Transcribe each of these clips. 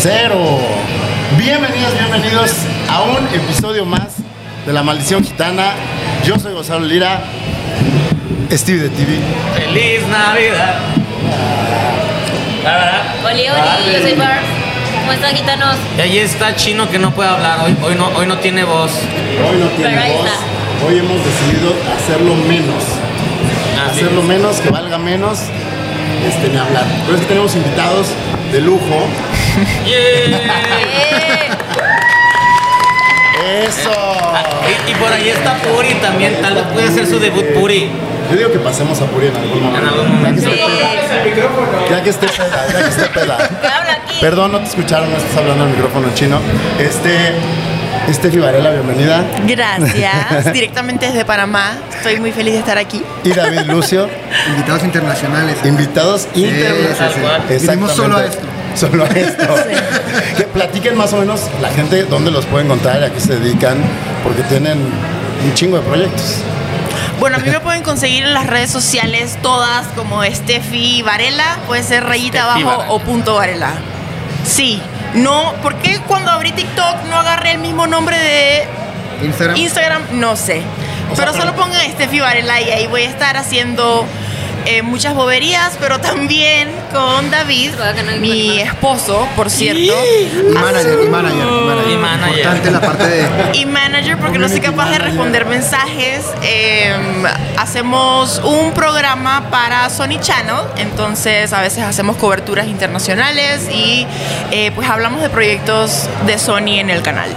Cero. Bienvenidas, bienvenidos a un episodio más de La Maldición Gitana. Yo soy Gonzalo Lira, Steve de TV. ¡Feliz Navidad! Oli, oli, yo soy Barb. ¿Cómo están, gitanos? Y ahí está Chino que no puede hablar, hoy, hoy, no, hoy no tiene voz. Hoy no tiene Pero ahí voz. está. Hoy hemos decidido hacerlo menos. Hacerlo menos, que valga menos, este, ni hablar. Pero es que tenemos invitados de lujo. ¡Eh! ¡Eso! Y, y por ahí está Puri también, tal vez puede hacer su debut Puri. Yo digo que pasemos a Puri en algún momento. algún momento. Ya que esté- Ya que esté peda, ya que esté ¿Qué peda. habla aquí? Perdón, no te escucharon, no estás hablando al micrófono chino. Este, Steffi Varela, bienvenida. Gracias. Directamente desde Panamá. Estoy muy feliz de estar aquí. Y David Lucio, Invitados internacionales. invitados sí, sí. internacionales. Vinimos solo a esto. Solo a esto. Que platiquen más o menos la gente dónde los puede encontrar, a qué se dedican, porque tienen un chingo de proyectos. Bueno, a mí me pueden conseguir en las redes sociales todas como Steffi Varela, puede ser rayita Steffi abajo Varela. o punto Varela. Sí. No, ¿por qué cuando abrí TikTok no agarré el mismo nombre de Instagram. Instagram? No sé. Pero solo pongan Steffi Varela y ahí voy a estar haciendo eh, muchas boberías, pero también con David, Claro que no hay mi problema. esposo, por cierto. y manager, y manager, Y y manager. manager. Importante la parte de. y manager porque no soy capaz de responder mensajes. Eh, hacemos un programa para Sony Channel, entonces a veces hacemos coberturas internacionales y eh, pues hablamos de proyectos de Sony en el canal.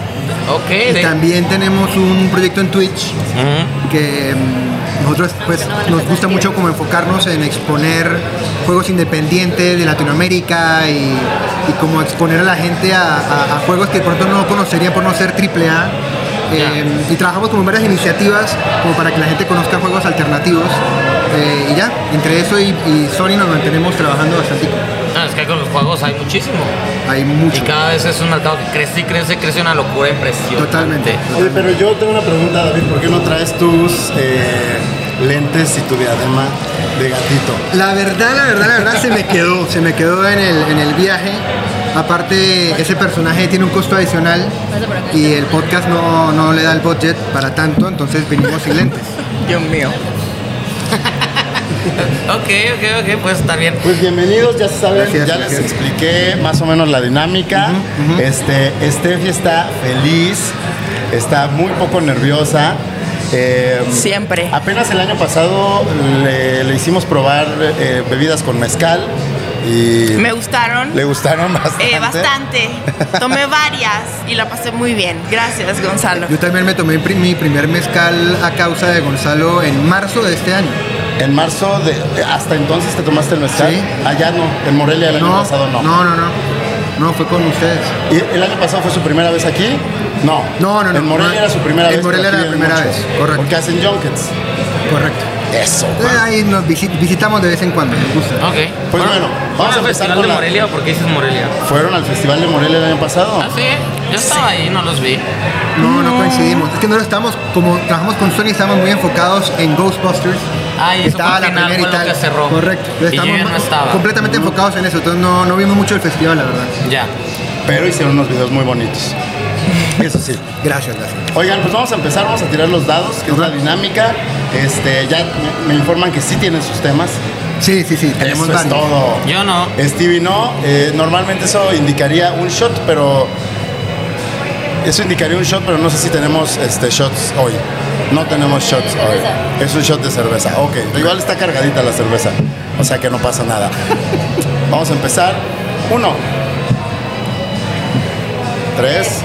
Ok, Y de- también tenemos un proyecto en Twitch que mm, nosotros pues nos gusta mucho como enfocarnos en exponer juegos independientes de Latinoamérica y, y como exponer a la gente a, a- a juegos que de pronto no conocerían por no ser triple A. Eh, y trabajamos con varias iniciativas como para que la gente conozca juegos alternativos. Eh, y ya, entre eso y, y Sony nos mantenemos trabajando bastante. Ah, es que con los juegos hay muchísimo. Hay Y mucho. cada vez es un mercado que crece y crece, crece una locura impresionante. Totalmente. Oye, pero yo tengo una pregunta, David, ¿por qué no traes tus eh, lentes y tu diadema de gatito? La verdad, la verdad, la verdad se me quedó, se me quedó en el, en el viaje. Aparte, ese personaje tiene un costo adicional y el podcast no, no le da el budget para tanto, entonces vinimos sin lentes. Dios mío. Ok, ok, ok, pues está bien. Pues bienvenidos, ya se saben, Gracias, ya gracias. les expliqué más o menos la dinámica. Ujú, ujú. Este, Steffi está feliz, está muy poco nerviosa. Eh, Siempre. Apenas el año pasado le, le hicimos probar eh, bebidas con mezcal y Me gustaron le gustaron bastante. eh, bastante. Tomé varias y la pasé muy bien. Gracias, Gonzalo. Yo también me tomé pri- mi primer mezcal a causa de Gonzalo en marzo de este año. En marzo, de, hasta entonces te tomaste el mezcal. Sí. Allá no, en Morelia el año pasado no. no, no, no. No, fue con ustedes. ¿Y ¿El año pasado fue su primera vez aquí? No. No, no, no. En Morelia No, era su primera en vez. Morelia pero era aquí la vienen primera mucho. vez, correcto. Porque hacen junkets. Ah. Correcto. Eso. Eh, Ahí nos visi- visitamos de vez en cuando, nos gusta. Ok. Pues bueno, vamos a al empezar festival con de la- Morelia o por qué dices Morelia? ¿Fueron al Festival de Morelia el año pasado? Ah, sí, yo estaba ahí, no los vi. No, no coincidimos. Es que no estamos, como trabajamos con Sony, estamos muy enfocados en Ghostbusters. Ah, y eso fue al final, fue lo que cerró. Correcto. Y yo ya no ma- estaba. completamente enfocados en eso, entonces no, no vimos mucho el festival, la verdad. Ya. Pero hicieron unos videos muy bonitos. Eso sí. Gracias, gracias. Oigan, pues vamos a empezar, vamos a tirar los dados, que es la dinámica. Este, ya me- me informan que sí tienen sus temas. Sí, sí, sí, tenemos Eso es varios. todo. Yo no. Stevie no. eh, normalmente eso indicaría un shot, pero. Eso indicaría un shot, pero no sé si tenemos este, shots hoy. No tenemos shots hoy. Es un shot de cerveza. Ok. Igual está cargadita la cerveza. O sea que no pasa nada. Vamos a empezar. Uno. Tres.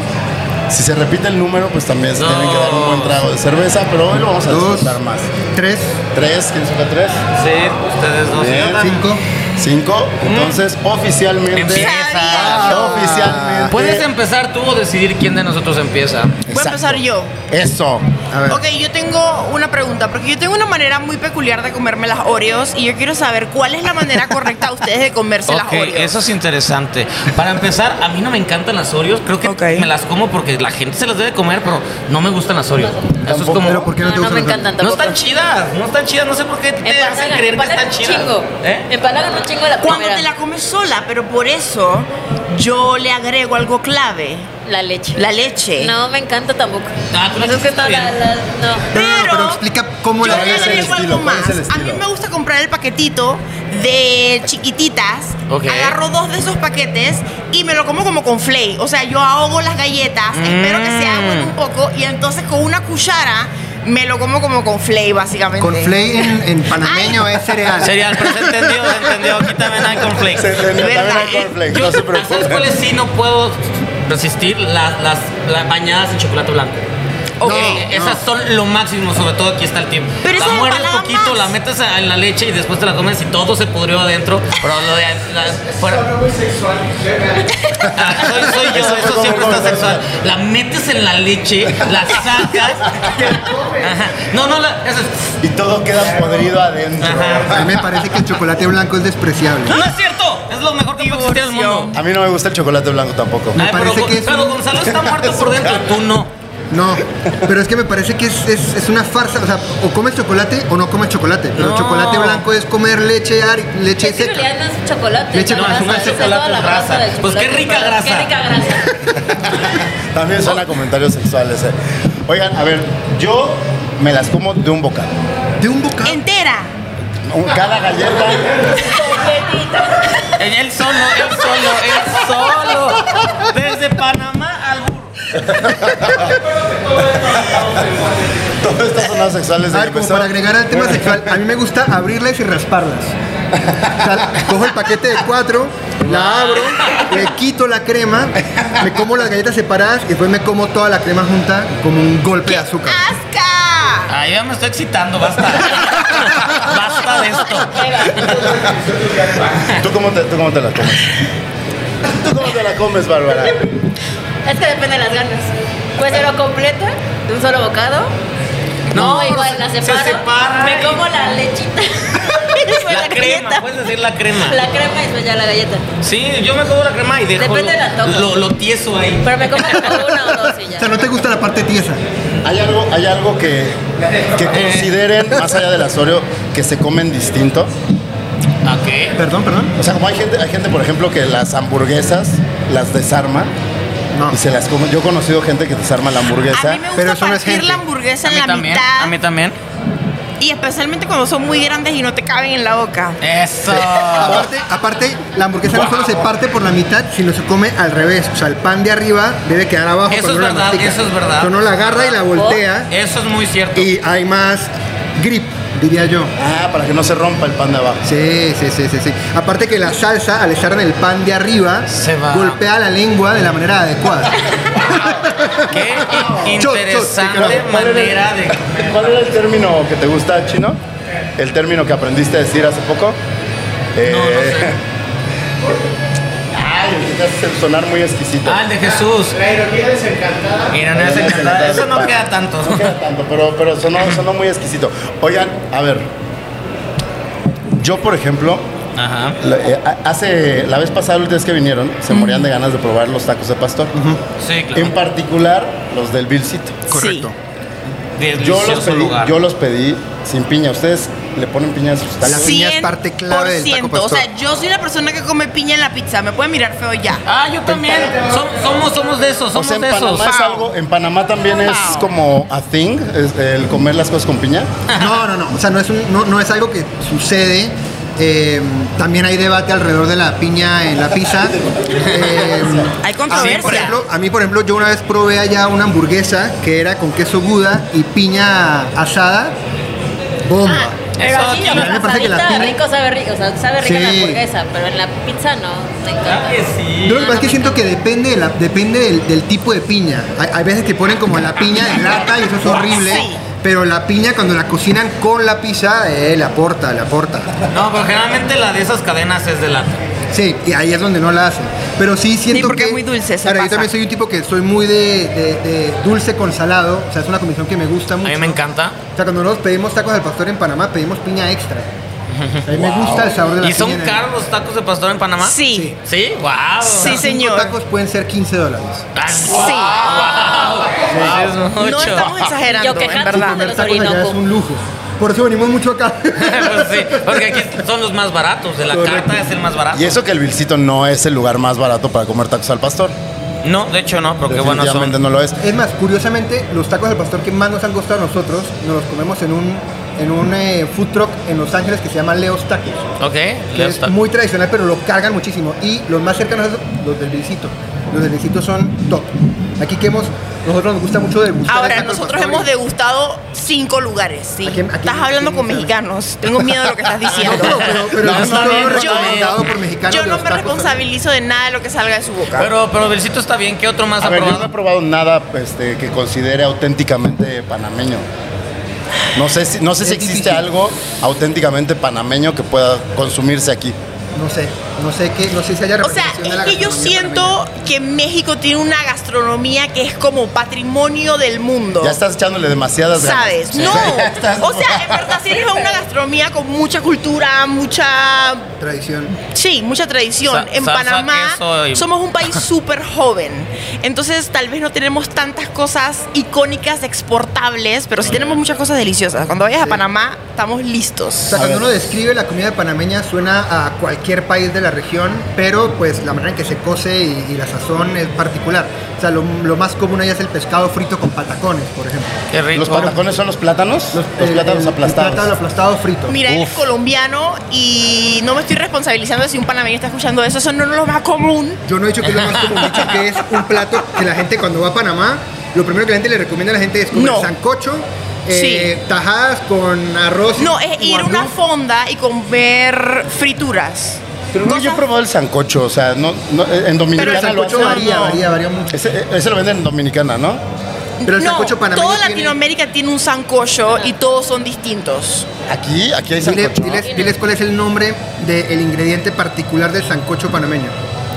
Si se repite el número, pues también se tienen que dar un buen trago de cerveza, pero hoy lo vamos a Dos. disfrutar más. Tres, Tres, ¿quién suena tres? Sí, ustedes dos. Bien. Yo también. cinco. Cinco, entonces oficialmente. Ah, Empieza. Oficialmente. Eh. Puedes empezar tú o decidir quién de nosotros empieza. em-, Voy a empezar yo. Eso. A ver. Ok, yo tengo una pregunta, porque yo tengo una manera muy peculiar de comerme las Oreos y yo quiero saber cuál es la manera correcta de ustedes de comerse Ok, las Oreos. eso es interesante. Para empezar, a mí no me encantan las Oreos. Creo que Ok. me las como porque la gente se las debe comer, pero no me gustan las Oreos. Eso es Tampoco. como... Pero ¿por qué no te no, gustan me los otros? encantan No tampoco. están chidas, no están chidas. No sé por qué te Empalagan, hacen creer que empalagan están un chidas. Chingo. ¿Eh? Empalagan un chingo la Cuando primera. te la comes sola, pero por eso yo le agrego algo clave, La leche. la leche. No, me encanta tampoco. Ah, tú la Pues es que hiciste toda la, bien. la- no. No, no, no, pero explica cómo yo la le es el agrego estilo? algo ¿Cuál más. es el A mí estilo? me gusta comprar el paquetito de chiquititas. Ok. Agarro dos de esos paquetes y me lo como como con flay. O sea, yo ahogo las galletas, espero que se ahoguen un poco y entonces con una cuchara me lo como como con flay, básicamente. Con flay en, en panameño es cereal. Cereal, pero se entendió, se entendió. Aquí también hay conflicto. eh, Se entendió, ¿Verdad? también hay cornflakes, Yo, no se ¿Sabes cuáles preocupen. sí no puedo resistir? Las, las, las bañadas en chocolate blanco. Ok. Eh, esas son lo máximo, sobre todo aquí está el tiempo. Pero la esa muerdes empalada poquito, más. la metes a- en la leche y después te la comes y todo se pudrió adentro. Pero lo de la- fuera- Ah, soy, soy yo, Eso eso, fue como siempre está con- sexual. La metes en la leche, la sacas. Ajá. No, no, la, eso es- Y todo queda podrido adentro. A mí me parece que el chocolate blanco es despreciable. no es cierto. Es lo mejor que puede existir en el mundo. A mí no me gusta el chocolate blanco tampoco. Ah. Ay, pero, parece Gon- que es pero un- Gonzalo está muerto por dentro, tú no. No, pero es que me parece que es, es- es una farsa. O sea, o comes chocolate o no comes chocolate. Pero No. chocolate blanco es comer leche, ari- leche Es que en seca. realidad no es chocolate. Leche es con grasa, azúcar, esa es chocolate, toda la grasa. grasa. del Pues qué chocolate. rica grasa. Qué rica grasa. También suena a comentarios sexuales. eh. Oigan, a ver, yo me las como de un bocado. De un bocado. Entera. Un- Cada galleta. En él solo, él solo, él solo. Desde Panamá al burro. Todo esto sonado sexuales. A desde ver, como empezó. para agregar al tema sexual, a mí me gusta abrirlas y rasparlas. O sea, cojo el paquete de cuatro, la abro, le quito la crema, me como las galletas separadas y después me como toda la crema junta como un golpe de azúcar. ¡Asca! Ay, ya me estoy excitando, basta. basta de esto. ¿Tú cómo te, tú cómo te la comes? ¿Tú cómo te la comes, Bárbara? Es que depende de las ganas. Puede ser o completa, de un solo bocado. No, pues, o igual la se separo. separa Me y- como la lechita. y después La crema, pues. galleta. puedes decir la crema. La crema y después ya la galleta. Sí, yo me como la crema y dejo Depende del lo, antojo. lo, lo tieso ahí. Pero me como como una o dos y ya. O sea, no te gusta la parte tiesa. ¿Hay algo, hay algo que, que consideren, más allá del asorio, que se comen distinto? ¿A qué? Perdón, perdón. O sea, como hay gente, hay gente, por ejemplo, que las hamburguesas las desarma No. y se las come. Yo he conocido gente que desarma la hamburguesa. A mí me Pero gusta eso no es partir gente. la hamburguesa A en mí la también. mitad A mí también. y especialmente cuando son muy grandes y no te caben en la boca. Eso. Aparte, aparte, la hamburguesa no solo se parte por la mitad, sino se come al revés. O sea, el pan de arriba debe quedar abajo. Eso es cuando uno la verdad, mastica. eso es verdad. Entonces uno la agarra y la voltea Eso es muy cierto. y hay más grip, diría yo. Ah, para que no se rompa el pan de abajo. Sí, sí, sí, sí, sí. Aparte que la salsa, al estar en el pan de arriba, Se va. golpea la lengua de la manera adecuada. Qué Chot, chot, interesante claro. manera de ¿Cuál era el término que te gusta, Chino? ¿El término que aprendiste a decir hace poco? Eh, No, no sé. Ay, el que te hace sonar muy exquisito. Ah, el de Jesús. La ironía desencantada. Ironía desencantada. Eso no queda tanto. No queda tanto, pero, pero sonó, sonó muy exquisito. Oigan, a ver. Yo, por ejemplo, Ajá. la- eh, a- hace la vez pasada, la última vez que vinieron, se morían de ganas de probar los tacos de pastor. Sí, claro. En particular, los del Vilcito. Correcto. Yo los, delicioso pedí, lugar. yo los pedí sin piña. ¿Ustedes le ponen piña a sus tacos? piña es parte clave del taco pastor. O sea, yo soy la persona que come piña en la pizza. Me pueden mirar feo ya. Ah, yo también. somos, somos de esos, O sea, en Panamá, es algo- en Panamá también es Wow. como a thing, es el comer las cosas con piña. No, no, no. O sea, no es, un- no, no es algo que sucede. Eh, también hay debate alrededor de la piña en la pizza. Hay Eh, A mí, por controversia. ejemplo, a mí, por ejemplo, yo una vez probé allá una hamburguesa que era con queso Gouda y piña asada. Bomba. Ah, Pero Eso así, a no, mí me parece que la pasadita, piña- rico sabe rico, o sea, sabe rica la Sí. hamburguesa, pero en la pizza no, me encanta. Yo lo que pasa es que siento que depende, de la- depende del, del tipo de piña. Hay, hay veces que ponen como la piña en lata y eso es horrible. Sí. Pero la piña cuando la cocinan con la pizza, eh, la aporta, la aporta. No, pero generalmente la de esas cadenas es de lata. Sí, y ahí es donde no la hacen. Pero sí siento que... es muy dulce, Claro, yo también soy un tipo que soy muy de, de- de dulce con salado. O sea, es una combinación que me gusta mucho. A mí me encanta. O sea, cuando nosotros pedimos tacos al pastor en Panamá, pedimos piña extra. A mí me gusta el sabor de la ¿Y son piña en el- caros los tacos de pastor en Panamá? Sí. ¿Sí? ¡Wow! O sea, cinco tacos pueden ser 15 dólares. Sí. Wow. Wow. Es mucho. exagerando, Yo en quejándome verdad. de los Tacos allá es Orinoco. un lujo. Por eso venimos mucho acá. Pues sí, porque aquí son los más baratos. De la carta es el más barato. Y eso que el Vilcito no es el lugar más barato para comer tacos al pastor. No, de hecho no, pero qué bueno son. Definitivamente no lo es. Es más, curiosamente, los tacos del pastor que más nos han costado a nosotros, nos los comemos en un, en un eh, food truck en Los Ángeles que se llama Leo's Tacos. Ok, Que ya es está. muy tradicional, pero lo cargan muchísimo. Y los más cercanos son los del Vilcito. Los del Vilcito son top. Aquí que hemos, nosotros nos gusta mucho degustar. el Ahora, taco del nosotros pastor. hemos degustado cinco lugares, sí. estás hablando con mexicanos. Tengo miedo de lo que estás diciendo. Ah, No, pero- pero No, está bien, yo, recomendado por mexicanos yo de no los me tacos responsabilizo de nada de lo que salga de su boca. Pero, pero Belcito está bien. ¿Qué otro más A ha ver, yo no he probado? probado nada este, que considere auténticamente panameño. No sé si, no sé si Es existe difícil. algo auténticamente panameño que pueda consumirse aquí. No sé, no sé qué, no sé si haya O sea, representación de es la que yo gastronomía siento que México tiene una gastronomía que es como patrimonio del mundo. Ya estás echándole demasiadas ganas. ¿Sabes? No. O sea, en verdad sí es una gastronomía con mucha cultura, mucha. Tradición. Sí, mucha tradición. Sa- en salsa, Panamá queso y- somos un país súper joven. Entonces, tal vez no tenemos tantas cosas icónicas exportables, pero sí tenemos muchas cosas deliciosas. Cuando vayas a Panamá, estamos listos. O sea, cuando uno describe la comida panameña suena a cualquier país de la región, pero pues la manera en que se cose y, y la sazón es particular. O sea, lo, lo más común allá es el pescado frito con patacones, por ejemplo. Qué rico. ¿Los patacones son los plátanos? Los, el- plátanos eh, el- el aplastados. plátano aplastado frito. Mira, él es colombiano y no me estoy responsabilizando de si un panameño está escuchando eso. Eso no es lo más común. Yo no he dicho que es lo más común, he dicho que es un plato que la gente cuando va a Panamá, lo primero que la gente le recomienda a la gente es comer No. sancocho, eh, tajadas con arroz. y- No, es y ir a guandú. una fonda y comer frituras. Pero no, yo he probado el sancocho, o sea, no, no, eh, en Dominicana Pero el lo sancocho hacen. varía, varía, varía mucho. Ese, eh, ese lo venden en Dominicana, ¿no? no, toda Latinoamérica tiene... un sancocho Ah. y todos son distintos. Aquí, aquí hay Dile- sancocho. diles, diles cuál es el nombre del ingrediente particular del sancocho panameño.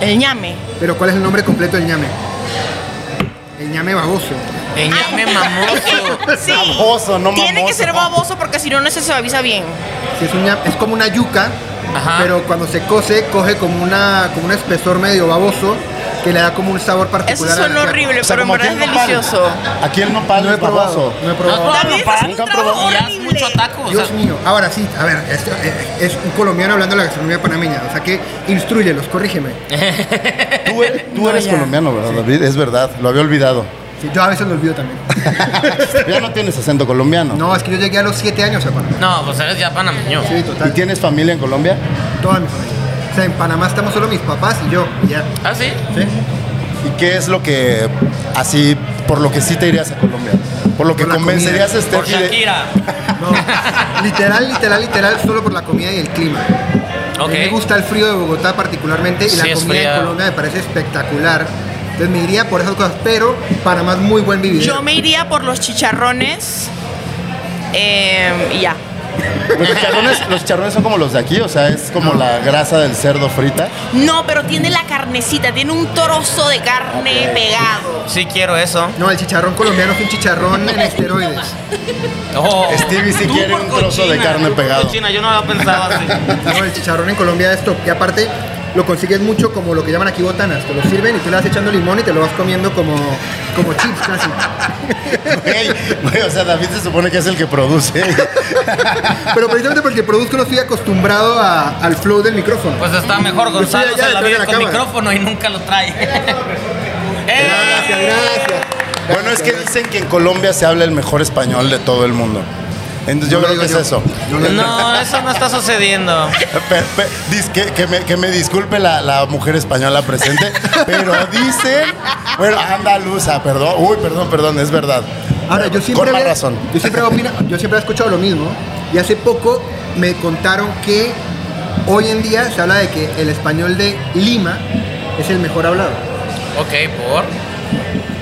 El ñame. Pero cuál es el nombre completo del ñame. El ñame baboso. El ñame Oh, Sí. Baboso, no Tiene que mamoso. ser baboso porque si no, no se se avisa bien. Sí, es, un ñam- es como una yuca, pero cuando se cose, coge como, una, como un espesor medio baboso que le da como un sabor particular. suena horrible, O sea, pero en como verdad aquí el es nopal. delicioso. Aquí el nopal Ah, no he probado. No he probado. Ah, un trabajo horrible. Dios mío. Ahora sí, a ver, esto, eh, es, un colombiano hablando de la gastronomía panameña. O sea que instruyelos, corrígeme. Tú eres, tú eres colombiano, ¿verdad, David? Es verdad, lo había olvidado. Sí, yo a veces lo olvido también. ya no tienes acento colombiano. No, es que yo llegué a los 7 años a Panamá. No, pues eres ya panameño. Sí, total. ¿Y tienes familia en Colombia? Toda mi familia. O sea, en Panamá estamos solo mis papás y yo. y ya. ¿Ah, sí? Sí. ¿Y qué es lo que, así, por lo que sí te irías a Colombia? Por lo que Por la convencerías este a comida. Steffi de... Literal, literal, literal, solo por la comida y el clima. A mí me gusta el frío de Bogotá particularmente y Sí, la es comida fría. en Colombia me parece espectacular. Entonces me iría por esas cosas, pero Panamá es muy buen vivir. Yo me iría por los chicharrones eh, y ya. Los chicharrones, los chicharrones son como los de aquí, o sea, es como la grasa del cerdo frita. No, pero tiene la carnecita, tiene un trozo de carne pegado. Sí quiero eso. No, el chicharrón colombiano es un chicharrón en esteroides. Oh. Stevie sí Tú quiere por un trozo de cochina, carne tú por pegado. cochina, yo no había pensado así. No, el chicharrón en Colombia es top. Y aparte, lo consigues mucho como lo que llaman aquí botanas. Te lo sirven y tú le vas echando limón y te lo vas comiendo como, como chips casi. Güey, güey, o sea, David se supone que es el que produce. Pero precisamente porque produzco no estoy acostumbrado a- al flow del micrófono. Pues está mejor Yo estoy Gonzalo allá se la detrás de vive la con cámara. micrófono y nunca lo trae. Eh, Gracias, gracias. Bueno, es que dicen que en Colombia se habla el mejor español de todo el mundo. Entonces yo No lo creo digo que yo. es eso. Yo lo- No, eso no está sucediendo. Pe- pe- dis- que, que me, que me disculpe la, la mujer española presente, pero dicen, bueno, andaluza, perdón, uy, perdón, perdón, es verdad. Ahora, yo siempre. Con más había- razón. Yo siempre, opina- yo siempre he escuchado lo mismo. Y hace poco me contaron que hoy en día se habla de que el español de Lima es el mejor hablado. Ok, por.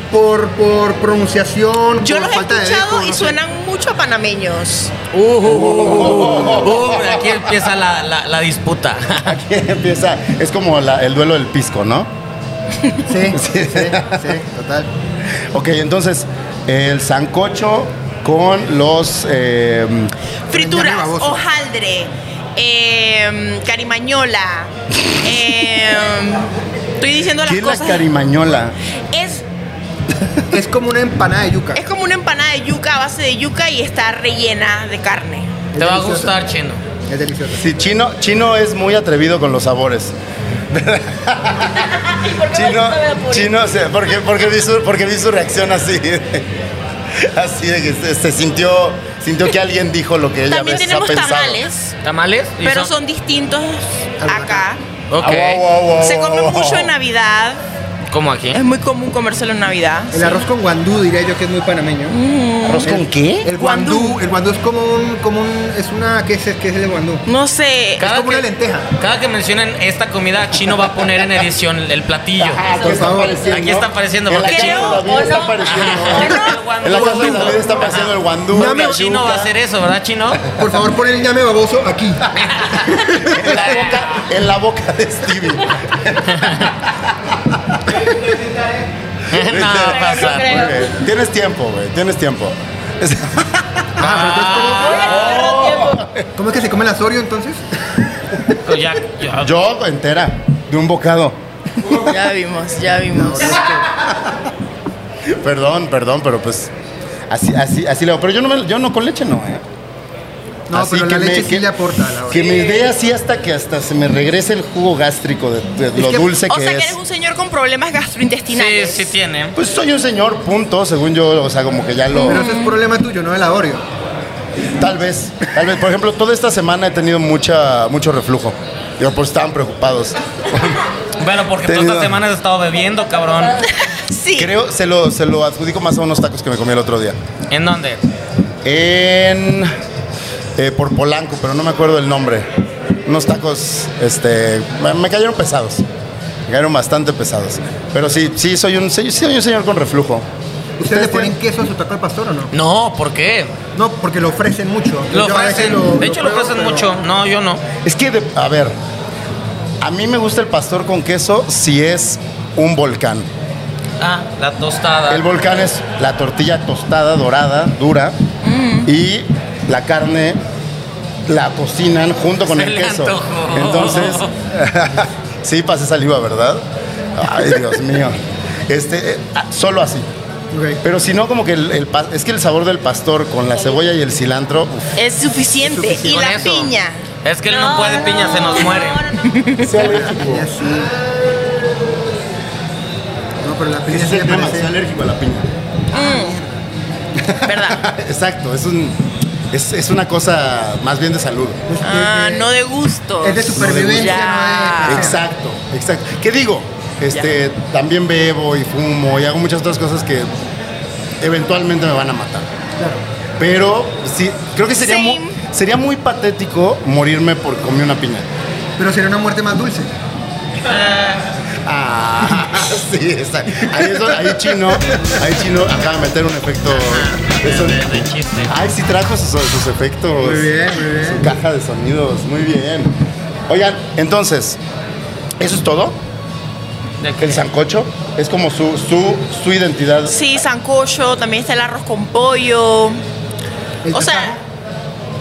Por, por pronunciación, Yo por los he falta de escuchado dejo, y no sé. suenan mucho a panameños. Uh, uh, uh, uh, uh, aquí empieza la, la- la disputa. Aquí empieza, es como la- el duelo del pisco, ¿no? Sí, sí, sí, total. Ok, entonces, el sancocho con los... eh, Frituras, Mañana baboso. hojaldre, em, carimañola. em, estoy diciendo las ¿Qué es la cosas. carimañola? es, Es como una empanada de yuca. es como una empanada de yuca a base de yuca y está rellena de carne. Te va a deliciosa. gustar, chino. Es deliciosa. Sí, chino, chino es muy atrevido con los sabores. ¿Y por qué me Chino, sabe a puré? chino, se- porque, porque, vi su, porque vi su reacción así. Así de que se, se sintió, sintió que alguien dijo lo que ella También a veces ha tenemos pensado. tamales, ¿Tamales? ¿Y pero son distintos acá. Ok. Ah, wow, wow, wow, Se wow, come wow, mucho wow. en Navidad. ¿Cómo aquí? Es muy común comérselo en Navidad. El arroz con guandú diría yo que es muy panameño. Mm, ¿Arroz con qué? El guandú, el guandú es como un, como un, es una, ¿qué es, qué es el guandú? No sé. Es como una lenteja. Cada que mencionen esta comida, Chino va a poner en edición el platillo. Ah, Ajá, pues, Por ¿qué está favor. apareciendo? Aquí está apareciendo, En la porque casa de creo, David ¿o está no? apareciendo. Ajá. En la casa de Guandú. David está apareciendo el guandú. Porque la Chino va a yuca. hacer eso, ¿verdad, Chino? Por favor, pon el ñame baboso aquí. En la boca, en la boca de Stevie. ¿eh? no va a pasar. Ok, Tienes tiempo, güey, tienes tiempo. ¿Cómo es que se come la Oreo entonces? Pues ya, ya. Yo entera, de un bocado. Ya vimos, ya vimos. Perdón, perdón, pero pues así, así, así le hago. Pero yo no, me- yo no con leche no, ¿eh? No, Así pero que la me- leche sí que- le aporta a la Oreo. Que me dé así hasta que hasta se me regrese el jugo gástrico de, de lo que- dulce O que sea que es. eres un señor con problemas Sí, gastrointestinales. sí tiene. Pues soy un señor, punto, según yo, o sea, como que ya lo... Pero eso es problema tuyo, no de la Oreo. Tal vez, tal vez. Por ejemplo, toda esta semana he tenido mucha, mucho reflujo. Yo pues estaban preocupados. Bueno, porque todas Tenido. estas semanas he estado bebiendo, cabrón. Sí. Creo, se lo, se lo adjudico más a unos tacos que me comí el otro día. ¿En dónde? En... eh, por Polanco, pero no me acuerdo el nombre. Unos tacos, este... me- Me cayeron pesados. Me cayeron bastante pesados. Pero sí, sí, soy un, sí, soy un señor con reflujo. ¿Ustedes le ponen queso a su taco al pastor o no? No, ¿por qué? No, porque lo ofrecen mucho. Lo Yo a veces ofrecen. de hecho, lo pruebo, ofrecen pero- mucho. No, yo no. Es que, de- a ver, a mí me gusta el pastor con queso si es un volcán. Ah, la tostada. El volcán es la tortilla tostada, dorada, dura, Mm. y la carne la cocinan junto con Se el le queso. antojó. Entonces, sí, pasé saliva, ¿verdad? Ay, Dios mío. Este, eh, ah, solo así. Ok. Pero si no, como que el, el pa- es que el sabor del pastor con la cebolla y el cilantro, uf, Es suficiente. Y Y con la eso. piña. Es que él no, puede piña, se nos muere. Y así. No, pero la piña ese es sí el me tema, soy parece. alérgico a la piña. ¿Verdad? Exacto, es, un, es, es una cosa más bien de salud. Ah, no de gusto. Es de supervivencia, Ya. no de... Exacto, exacto. ¿Qué digo? Este, también bebo y fumo y hago muchas otras cosas que eventualmente me van a matar. Pero sí, creo que sería, mu- Same. sería muy patético morirme por comer una piña. Pero sería una muerte más dulce. Ah, sí, exacto. Ahí, es donde- ahí chino, ahí chino acaba de meter un efecto de sonido. De chiste. Ay, sí trajo sus, sus efectos. Muy bien, muy bien. Su caja de sonidos, muy bien. Oigan, entonces, ¿eso es todo? ¿De qué? El sancocho es como su, su, su identidad. Sí, sancocho, también está el arroz con pollo. El O sea,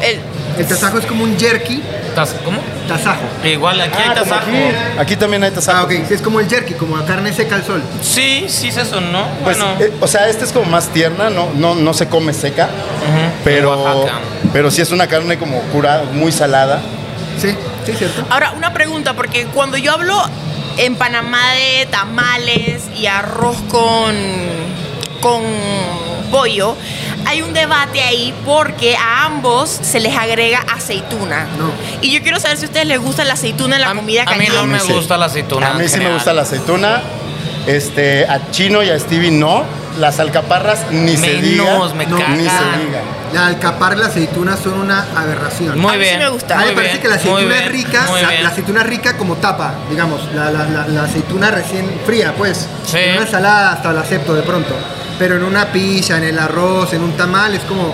el, tasajo- el tasajo es como un jerky, tas- ¿Cómo? Tasajo. Igual aquí hay tasajo. Ah, Aquí también hay tasajo. Ah, ok. Sí, Es como el jerky, como la carne seca al sol. Sí, sí es eso, ¿no? Pues, bueno. eh, o sea, esta es como más tierna, no, no, no se come seca, pero, Oaxaca. pero sí es una carne como curada, muy salada. Sí, sí, cierto. Ahora, una pregunta, porque cuando yo hablo en Panamá de tamales y arroz con, con pollo, hay un debate ahí porque a ambos se les agrega aceituna. No. Y yo quiero saber si a ustedes les gusta la aceituna en la a, comida a mí caliente. no me sí. gusta la aceituna. a mí en sí me general. gusta la aceituna. Este, a Chino y a Stevie no. Las alcaparras ni se Menos, diga. me no, ni cagan. se diga. La alcaparra y la aceituna son una aberración. Muy A mí sí bien. me gusta. A mí muy me parece bien, que la muy aceituna bien, es rica, muy la, bien. la aceituna es rica como tapa, digamos, la, la- la- la aceituna recién fría, pues. Sí. En una ensalada hasta la acepto de pronto, pero en una pizza, en el arroz, en un tamal, es como,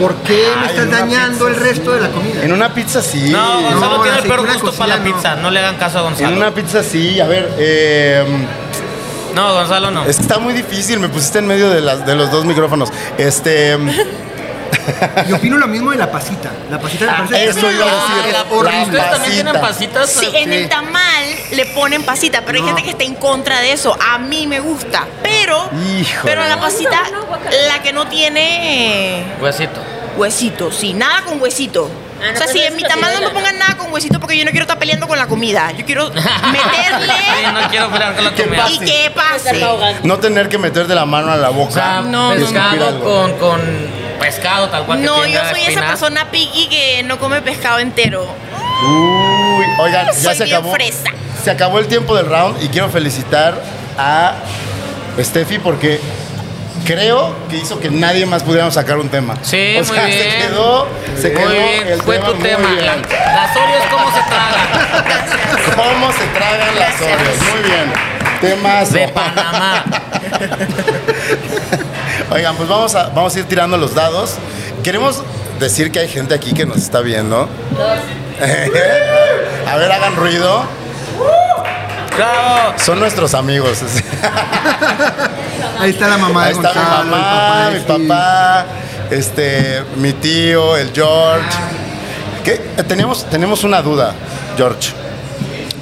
¿por qué Ay, me en estás una dañando el pizza, resto sí. de la comida? En una pizza sí. No, Gonzalo No, tiene la el peor aceituna gusto para la cocida, no. pizza. No. le hagan caso a Gonzalo. En una pizza sí. A ver, eh, No, Gonzalo no. está muy difícil. Me pusiste en medio de, las, de los dos micrófonos. Este, Yo opino lo mismo de la pasita. La pasita me parece Ah, eso iba a decir. es la- horrible. ¿Ustedes también tienen pasitas? Sí, en el tamal le ponen pasita, pero hay gente que está en contra de eso. A mí me gusta, pero, Híjole. pero la pasita, No, no, guácala. la que no tiene eh, Huesito. Huesito, sí, nada con huesito. Ah, no, o sea, pues si eso en mi sí tamal no es me la- pongan nada con huesito porque yo no quiero estar peleando con la comida. Yo quiero Sí, meterle no quiero pelear con la ¿Qué comida. y que Estar pase. ahogando. No tener que meterte la mano a la boca. O sea, No, no, no. pescado Escupir algo. con, con pescado, tal cual. que No, yo tenga soy esa espinas. persona piqui que no come pescado entero. Uy, oigan, ya Soy se bien acabó. fresa. Se acabó el tiempo del round y quiero felicitar a Steffi porque creo que hizo que nadie más pudiéramos sacar un tema. Sí, o sea, muy Se bien. quedó, se Muy quedó bien, el fue tema tu muy tema. bien. La- Las Oreos, ¿cómo se tragan? ¿Cómo se tragan las Oreos? Muy bien. Temas De Panamá. Oigan, pues vamos a, vamos a ir tirando los dados. Queremos decir que hay gente aquí que nos está viendo. a ver, hagan ruido. ¡Bravo! Son nuestros amigos. Ahí está la mamá de Ahí está mi Gonzalo, el mamá, mi de papá, Steve. este, mi tío, el George. ¿Qué? Tenemos, tenemos una duda, George.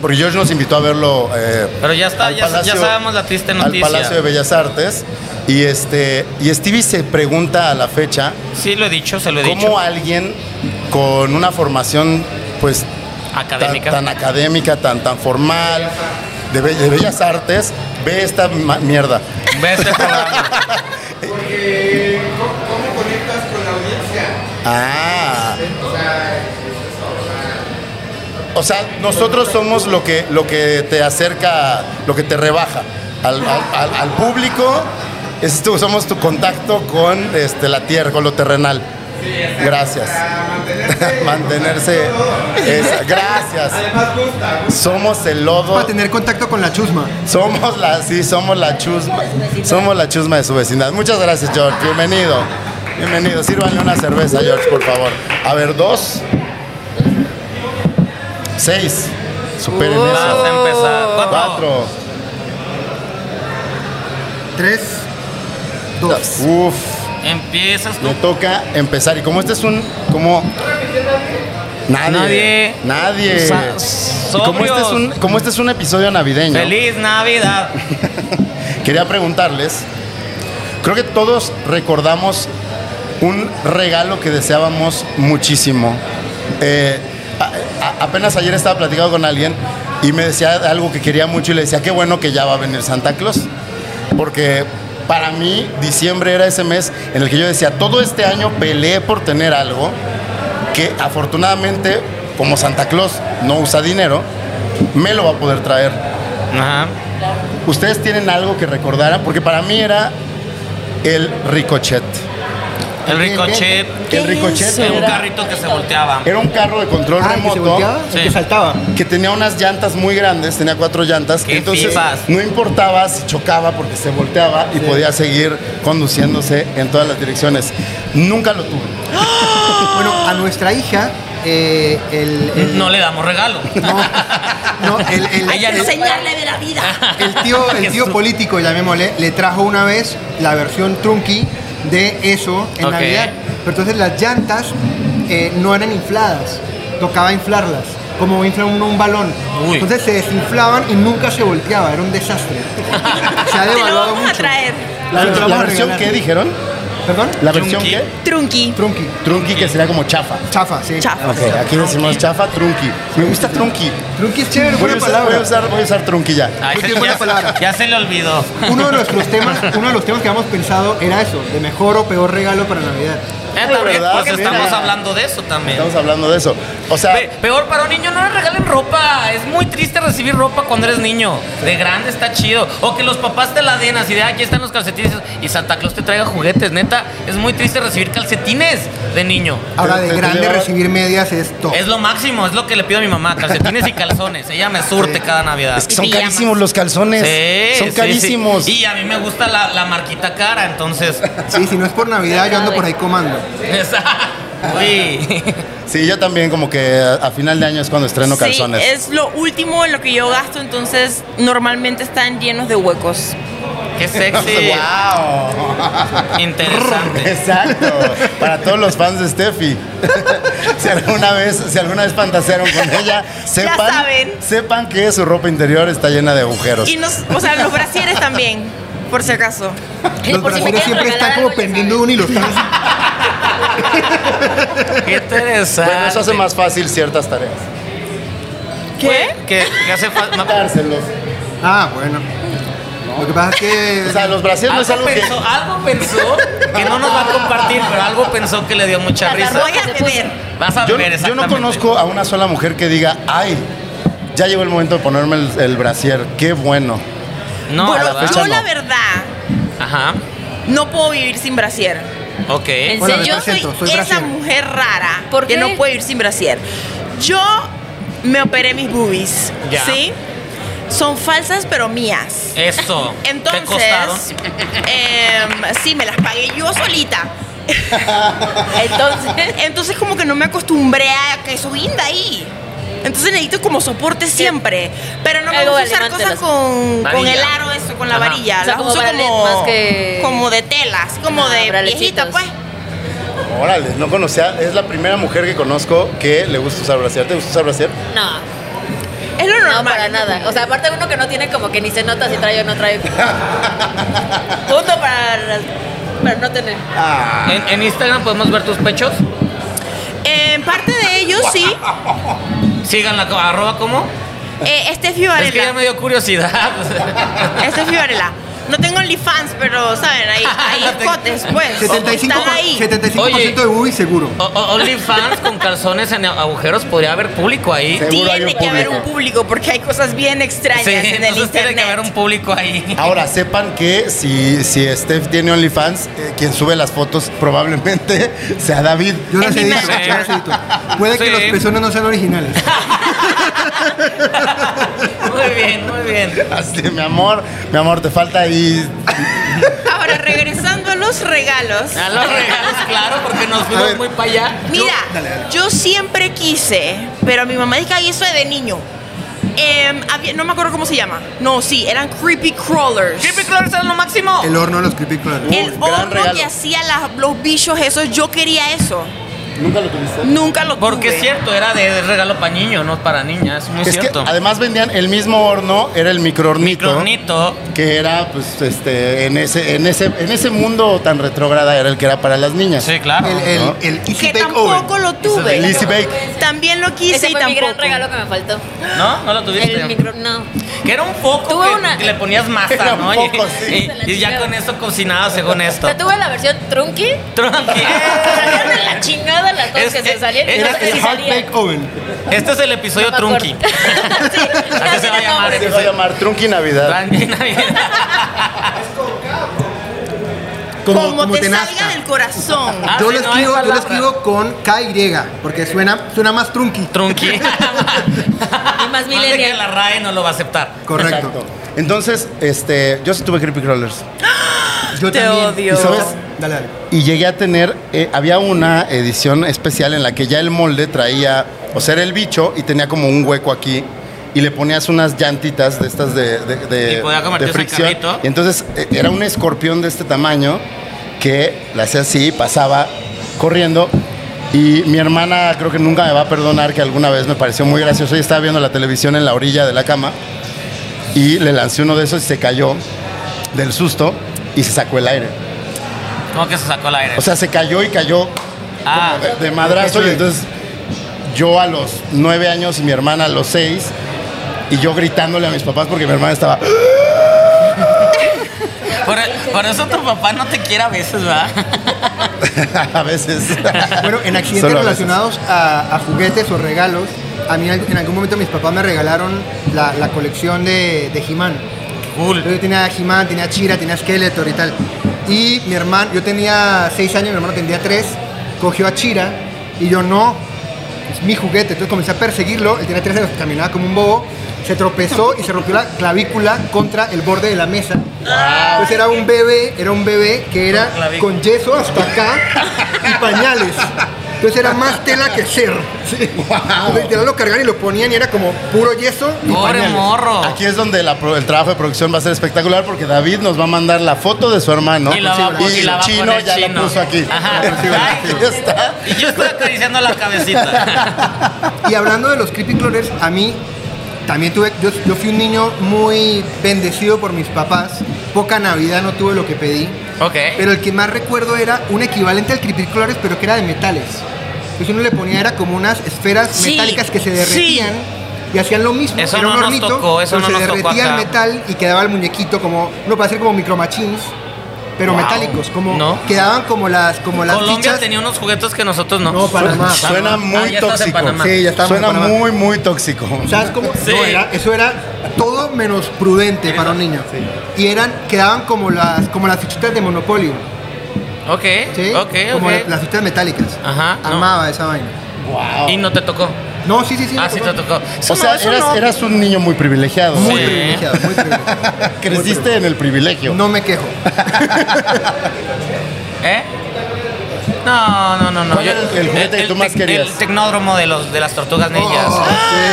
Porque George nos invitó a verlo. eh, Pero ya está, al ya- ya sabemos la triste noticia. Al Palacio de Bellas Artes. Y este. Y Stevie se pregunta a la fecha Sí, lo he dicho, se lo he cómo dicho. alguien con una formación pues Académica. tan, tan académica, tan, tan formal, de, be- de bellas artes, ve esta ma- mierda. Ve este programa. Porque, ¿cómo, cómo conectas con la audiencia? Ah. O sea, O sea, nosotros somos lo que, lo que te acerca, lo que te rebaja al, al- al- al público. Es tu- somos tu contacto con este, la tierra, con lo terrenal. Gracias. Mantenerse. es- gracias. además gusta. Somos el Para lodo. tener contacto con la chusma. Somos la, sí, somos la chusma. Somos la chusma de su vecindad. Muchas gracias, George. Bienvenido. Bienvenido. Sírvanle una cerveza, George, por favor. A ver, dos. Seis. Superen Vas a eso. empezar. ¿Cuánto? Cuatro. Tres, dos. Uf, Empiezas tú. me toca empezar. Y como este es un. Como. Nadie. Nadie. Nadie. Sa- Y como este, es un, sobrios. como este es un episodio navideño. ¡Feliz Navidad! Quería preguntarles, creo que todos recordamos un regalo que deseábamos muchísimo. Eh, a- a- apenas ayer estaba platicando con alguien y me decía algo que quería mucho y le decía, qué bueno que ya va a venir Santa Claus, porque para mí diciembre era ese mes en el que yo decía, todo este año peleé por tener algo que afortunadamente, como Santa Claus no usa dinero, me lo va a poder traer. Ajá. ¿Ustedes tienen algo que recordaran? Porque para mí era el ricochet. El ricochet. El ricochet Era un era, carrito que se volteaba. era un carro de control Ah, ¿el que se remoto volteaba? ¿El Sí. que saltaba? que tenía unas llantas muy grandes, tenía cuatro llantas. ¡Qué entonces fifas! no importaba si chocaba porque se volteaba y podía seguir conduciéndose en todas las direcciones. Nunca lo tuve. Bueno, a nuestra hija, eh, el, el- No le damos regalo. no, el- el- Ay, ya el- no. Enseñarle de la vida. El tío, el tío político, llamémosle, le trajo una vez la versión trunky de eso en Ok. Navidad. Pero entonces las llantas eh, no eran infladas. tocaba inflarlas, como infla uno un balón. Uy. Entonces se desinflaban y nunca se volteaba, era un desastre. se ha Te lo devaluado vamos a mucho. traer. La, Se lo la vamos a versión regalar. que dijeron, ¿Perdón? la versión que Trunqui. Trunqui. trunqui que sería como chafa. Chafa, sí. Chafa. Ok, aquí decimos chafa, trunqui. Me gusta trunqui. Trunqui es chévere, Voy a buena usar, voy a palabra. usar, voy a usar trunqui ya. Ay, Muy se- bien, buena ya- palabra. ya se le olvidó. Eh, Uno de nuestros temas, uno de los temas que habíamos pensado era eso, de mejor o peor regalo para Navidad. Eh, también, ¿verdad? pues Mira. estamos hablando de eso también. Estamos hablando de eso. O sea, Pe- Peor para un niño, no le regalen ropa. Es muy triste recibir ropa cuando eres niño. De grande está chido. O que los papás te la den así de "Ah, aquí están los calcetines y Santa Claus te traiga juguetes. Neta, es muy triste recibir calcetines de niño. Ahora Te- de te- te grande llevaba- recibir medias es top. Es lo máximo, es lo que le pido a mi mamá, calcetines y calzones. Ella me surte cada Navidad. es que son Y pijamas. carísimos los calzones. Sí, son sí, carísimos. sí. Y a mí me gusta la, la marquita cara, entonces. Sí, si no es por Navidad yo ando por ahí comando. esa- Uy. Sí, yo también como que a, a final de año es cuando estreno calzones. Sí, es lo último en lo que yo gasto, entonces normalmente están llenos de huecos. Qué sexy. ¡Wow! Interesante. Exacto. Para todos los fans de Steffi. Si alguna vez, si alguna vez fantasearon con ella, sepan, saben. sepan que su ropa interior está llena de agujeros. Y nos, o sea, los brasieres también, por si acaso. Y Los por si me brasileños quieren siempre están regalar como algo, ya pendiendo de saben. un hilo. están así. Qué interesante. Bueno, eso hace más fácil ciertas tareas. ¿Qué? Que, que hace falta. no, Dárselos. Ah, bueno. Lo que pasa es que O sea, los brasileños no es algo, algo que. pensó, algo pensó que no nos va a compartir, pero algo pensó que le dio mucha Las risa. Voy a Se puso. beber. Vas a Yo, ver, yo no conozco a una sola mujer que diga, ay, ya llegó el momento de ponerme el, el brasier, qué bueno. No, Bueno, ¿verdad? fecha yo la no. verdad Ajá. no puedo vivir sin brasier. Ok. En Hola, me yo serio, soy, presento, soy esa brasier. mujer rara ¿Por que qué? no puede vivir sin brasier. Yo me operé mis boobies, Ya. ¿sí? Son falsas pero mías. Eso. ¿Te costaron? Entonces, em, sí, me las pagué yo solita. Entonces- entonces como que no me acostumbré a que eso guinda ahí. Entonces necesito como soporte siempre. Pero no me Algo gusta de usar alemán te cosas las- con, con Varilla. el aro, eso, con la Ajá. varilla. O sea, Las como uso bralets como, más que- como de tela, así como Ajá, de viejita, bralecitos. pues. Órale, no conocía, es la primera mujer que conozco que le gusta usar brasier. ¿Te gusta usar brasier? No, Es lo normal. no para nada. O sea, aparte uno que no tiene como que ni se nota si trae o no trae. Punto para, para no tener. ¿En, en Instagram podemos ver tus pechos. Eh, parte de ellos, sí. Síganla, co- arroba como. Eh, Steffi Es que ya Varela. me dio curiosidad. Steffi Varela. No tengo OnlyFans, pero, ¿saben? Ahí, ahí No tengo- escotes, pues. 75, Están ahí. 75 Oye. de Ubi seguro. O- o- OnlyFans con calzones en agujeros, podría haber público Sí. ahí. Seguro hay tiene un que haber un público. público porque hay cosas bien extrañas Sí, en el entonces tiene internet. que haber un público ahí. Ahora, sepan que si, si Steph tiene OnlyFans, eh, quien sube las fotos probablemente sea David. Yo las mi edito, madre. yo las edito. Puede Sí. que los pezones no sean originales. Ah. Muy bien, muy bien. Así, de, mi amor, mi amor, te falta ahí. Ahora regresando a los regalos. A los regalos, claro, porque nos A fuimos ver. muy para allá. Mira, yo, dale, dale. siempre quise, pero mi mamá dice que eso es de niño. Em, había- no me acuerdo cómo se llama. No, sí, eran creepy crawlers. Creepy Crawlers es lo máximo. El horno de los creepy crawlers. el gran horno regalo. que hacía las- los bichos esos, yo quería eso. Nunca lo tuviste. Nunca lo tuve. Porque es cierto, era de, de regalo para niños, no para niñas. Es muy Es que cierto. además vendían el mismo horno, era el microhornito. Cronito. que era pues este en ese en ese en ese mundo tan retrógrada era el que era para las niñas. Sí, claro. El, ¿no? el, el Easy Que Bake Oven. tampoco lo tuve. El Easy Bake. También lo quise Ese y fue mi tampoco. gran regalo que me faltó. ¿No? ¿No lo tuviste? El micro, no. Que era un foco Tuve que, una- que le ponías masa, Era un ¿no? foco, sí. y, y ya con eso cocinaba según O esto. sea, tuve la versión trunky. Tronqui. Ah, Salieron de la chingada las cosas Es- que eh, se salían. y era no Era sé si el Hard salían. Bake Oven. Este es el episodio No me acuerdo. Trunqui. Sí, Así se va a tiene llamar. nombre. Se va a llamar Trunky Navidad. Como, Como, como te tenazca. salga del corazón. Ah, Yo sí, lo no, escribo, esa yo lo la- escribo con KY, porque suena, suena más trunqui. Trunqui. Y más Más de que millennial. la RAE no lo va a aceptar. Correcto. Exacto. Entonces, este, yo sí tuve creepy crawlers Yo Te también. odio. ¿Y ¿Sabes? Dale, dale. y llegué a tener eh, había una edición especial en la que ya el molde traía, o sea, era el bicho y tenía como un hueco aquí. Y le ponías unas llantitas de estas de, de, de- Y podía convertirse de en fricción. carrito. y entonces eh, era un escorpión de este tamaño que la hacía así, pasaba corriendo. Y mi hermana creo que nunca me va a perdonar que alguna vez me pareció muy gracioso. Ella estaba viendo la televisión en la orilla de la cama y le lancé uno de esos y se cayó del susto y se sacó el aire. ¿Cómo que se sacó el aire? O sea, se cayó y cayó ah, de madrazo y entonces yo a los nueve años y mi hermana a los seis y yo gritándole a mis papás porque mi hermana estaba Por, por eso tu papá no te quiere a veces, ¿verdad? a veces. Bueno, en accidentes Solo a veces. relacionados a, a juguetes o regalos, a mí en algún momento mis papás me regalaron la, la colección de, de He-Man. Cool. Yo tenía He-Man, tenía Chira, tenía Skeletor y tal. Y mi hermano, yo tenía 6 años, mi hermano tenía 3, cogió a Chira y yo no, es mi juguete. Entonces comencé a perseguirlo, él tenía 3 años, caminaba como un bobo, se tropezó y se rompió la clavícula contra el borde de la mesa. Entonces era un bebé, era un bebé que era Con clavícula. con yeso hasta acá y pañales. Entonces era más tela que ser. Sí. Entonces, literal, lo cargaban y lo ponían y era como puro yeso y Pobre pañales. morro. Aquí es donde la pro- el trabajo de producción va a ser espectacular porque David nos va a mandar la foto de su hermano Y la va a pon- y la va a Chino poner ya la Chino. puso aquí. Ajá. Aquí está. Ah, Y yo estoy acariciando la cabecita. Y hablando de los creepy crawlers, a mí también tuve, yo, yo fui un niño muy bendecido por mis papás. Poca Navidad no tuve lo que pedí. Ok. Pero el que más recuerdo era un equivalente al creepy crawlers, pero que era de metales. Entonces uno le ponía era como unas esferas Sí, metálicas que se sí. derretían. Y hacían lo mismo, Eso era no un nos hornito, tocó, eso pero no se nos tocó derretía el acá. metal y quedaba el muñequito como, uno para hacer como micromachines, pero Wow. metálicos, como No. quedaban como las, como las Colombia fichas. tenía unos juguetos que nosotros no. No, Panamá. Suena Ah, muy ya estás en tóxico. Panamá. Sí, ya estamos en Suena Panamá. muy, muy tóxico. ¿Sabes cómo? Sí. No, era- eso era todo menos prudente para un niño. Y eran, quedaban como las, como las fichitas de Monopolio, Ok, ¿sí? ok, como ok. las fichitas metálicas. Ajá, no. Amaba esa vaina. Wow. Y no te tocó. No, sí, sí, sí. Ah, me sí te tocó. tocó. O sea, eras, eras un niño muy privilegiado. Muy Sí. privilegiado, muy privilegiado. Creciste en el privilegio. No me quejo. ¿Eh? No, no, no, no. ¿Cuál era el- el juguete que tú más tec- querías? El tecnódromo de, los, de las tortugas ninjas. Oh,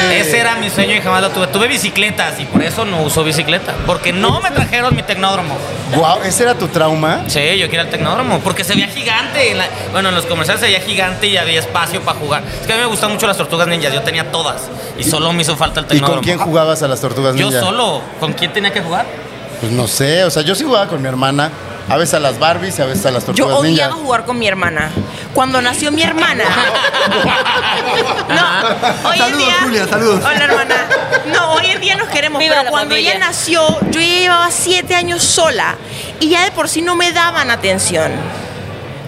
sí. Ese era mi sueño y jamás lo tuve. Tuve bicicletas y por eso no uso bicicleta. Porque no me trajeron mi tecnódromo. Wow, ese era tu trauma. Sí, yo quería el tecnódromo. Porque se veía gigante. en la- bueno, en los comerciales se veía gigante y había espacio para jugar. Es que a mí me gustan mucho las tortugas ninjas. Yo tenía todas. Y solo me hizo falta el ¿Y con tecnódromo. quién jugabas a las tortugas Yo ninja? solo. ¿Con quién tenía que jugar? Pues no sé, o sea, yo sí jugaba con mi hermana. A veces a las Barbies y a veces a las Yo tortugas ninja. odiaba jugar con mi hermana. Cuando nació mi hermana. no, hoy en Saludos, día. Julia, saludos. Hola, hermana. No, hoy en día nos queremos, Viva pero la cuando familia. ella nació, yo ya llevaba siete años sola y ya de por sí no me daban atención.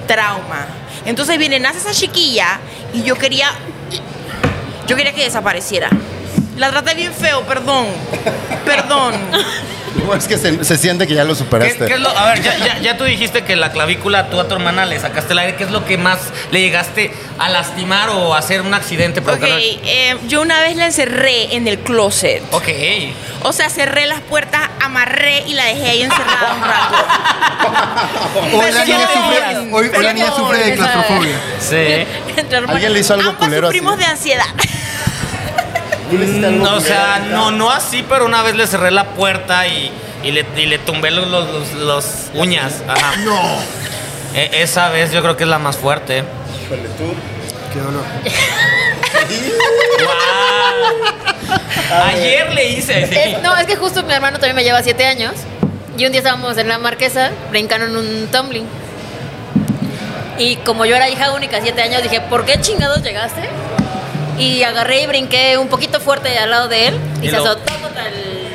Trauma. Entonces viene, nace esa chiquilla y yo quería. Yo quería que desapareciera. La traté bien feo, perdón. Perdón. No, Es que se, se siente que ya lo ¿Qué, superaste. qué es lo, a ver, ya, ya- ya tú dijiste que la clavícula tú a tu hermana le sacaste el aire. ¿Qué es lo que más le llegaste a lastimar o a hacer un accidente? Ok, provocarlo? eh, yo una vez la encerré en el closet. Ok. O sea, cerré las puertas, amarré y la dejé ahí encerrada un rato. Hoy la niña Perdón. sufre, hoy- hoy la niña Perdón, sufre de esa- claustrofobia. Sí. Entre hermanos. ¿Alguien le hizo algo Ambas culero así? sufrimos de ansiedad. ¿Tú le hiciste algo o sea, culero? no, no así, pero una vez le cerré la puerta y, y le, y le tumbé los, los, los- los uñas. Ajá. No. E- esa vez yo creo que es la más fuerte. Híjole, tú. Qué dolor. Ayer le hice. sí. Es- no, es que justo mi hermano también me lleva siete años. Y un día estábamos en la marquesa brincando en un tumbling. Y como yo era hija única, siete años, dije, ¿por qué chingados llegaste? Y agarré y brinqué un poquito fuerte al lado de él. Y, Y se lo- azotó contra el...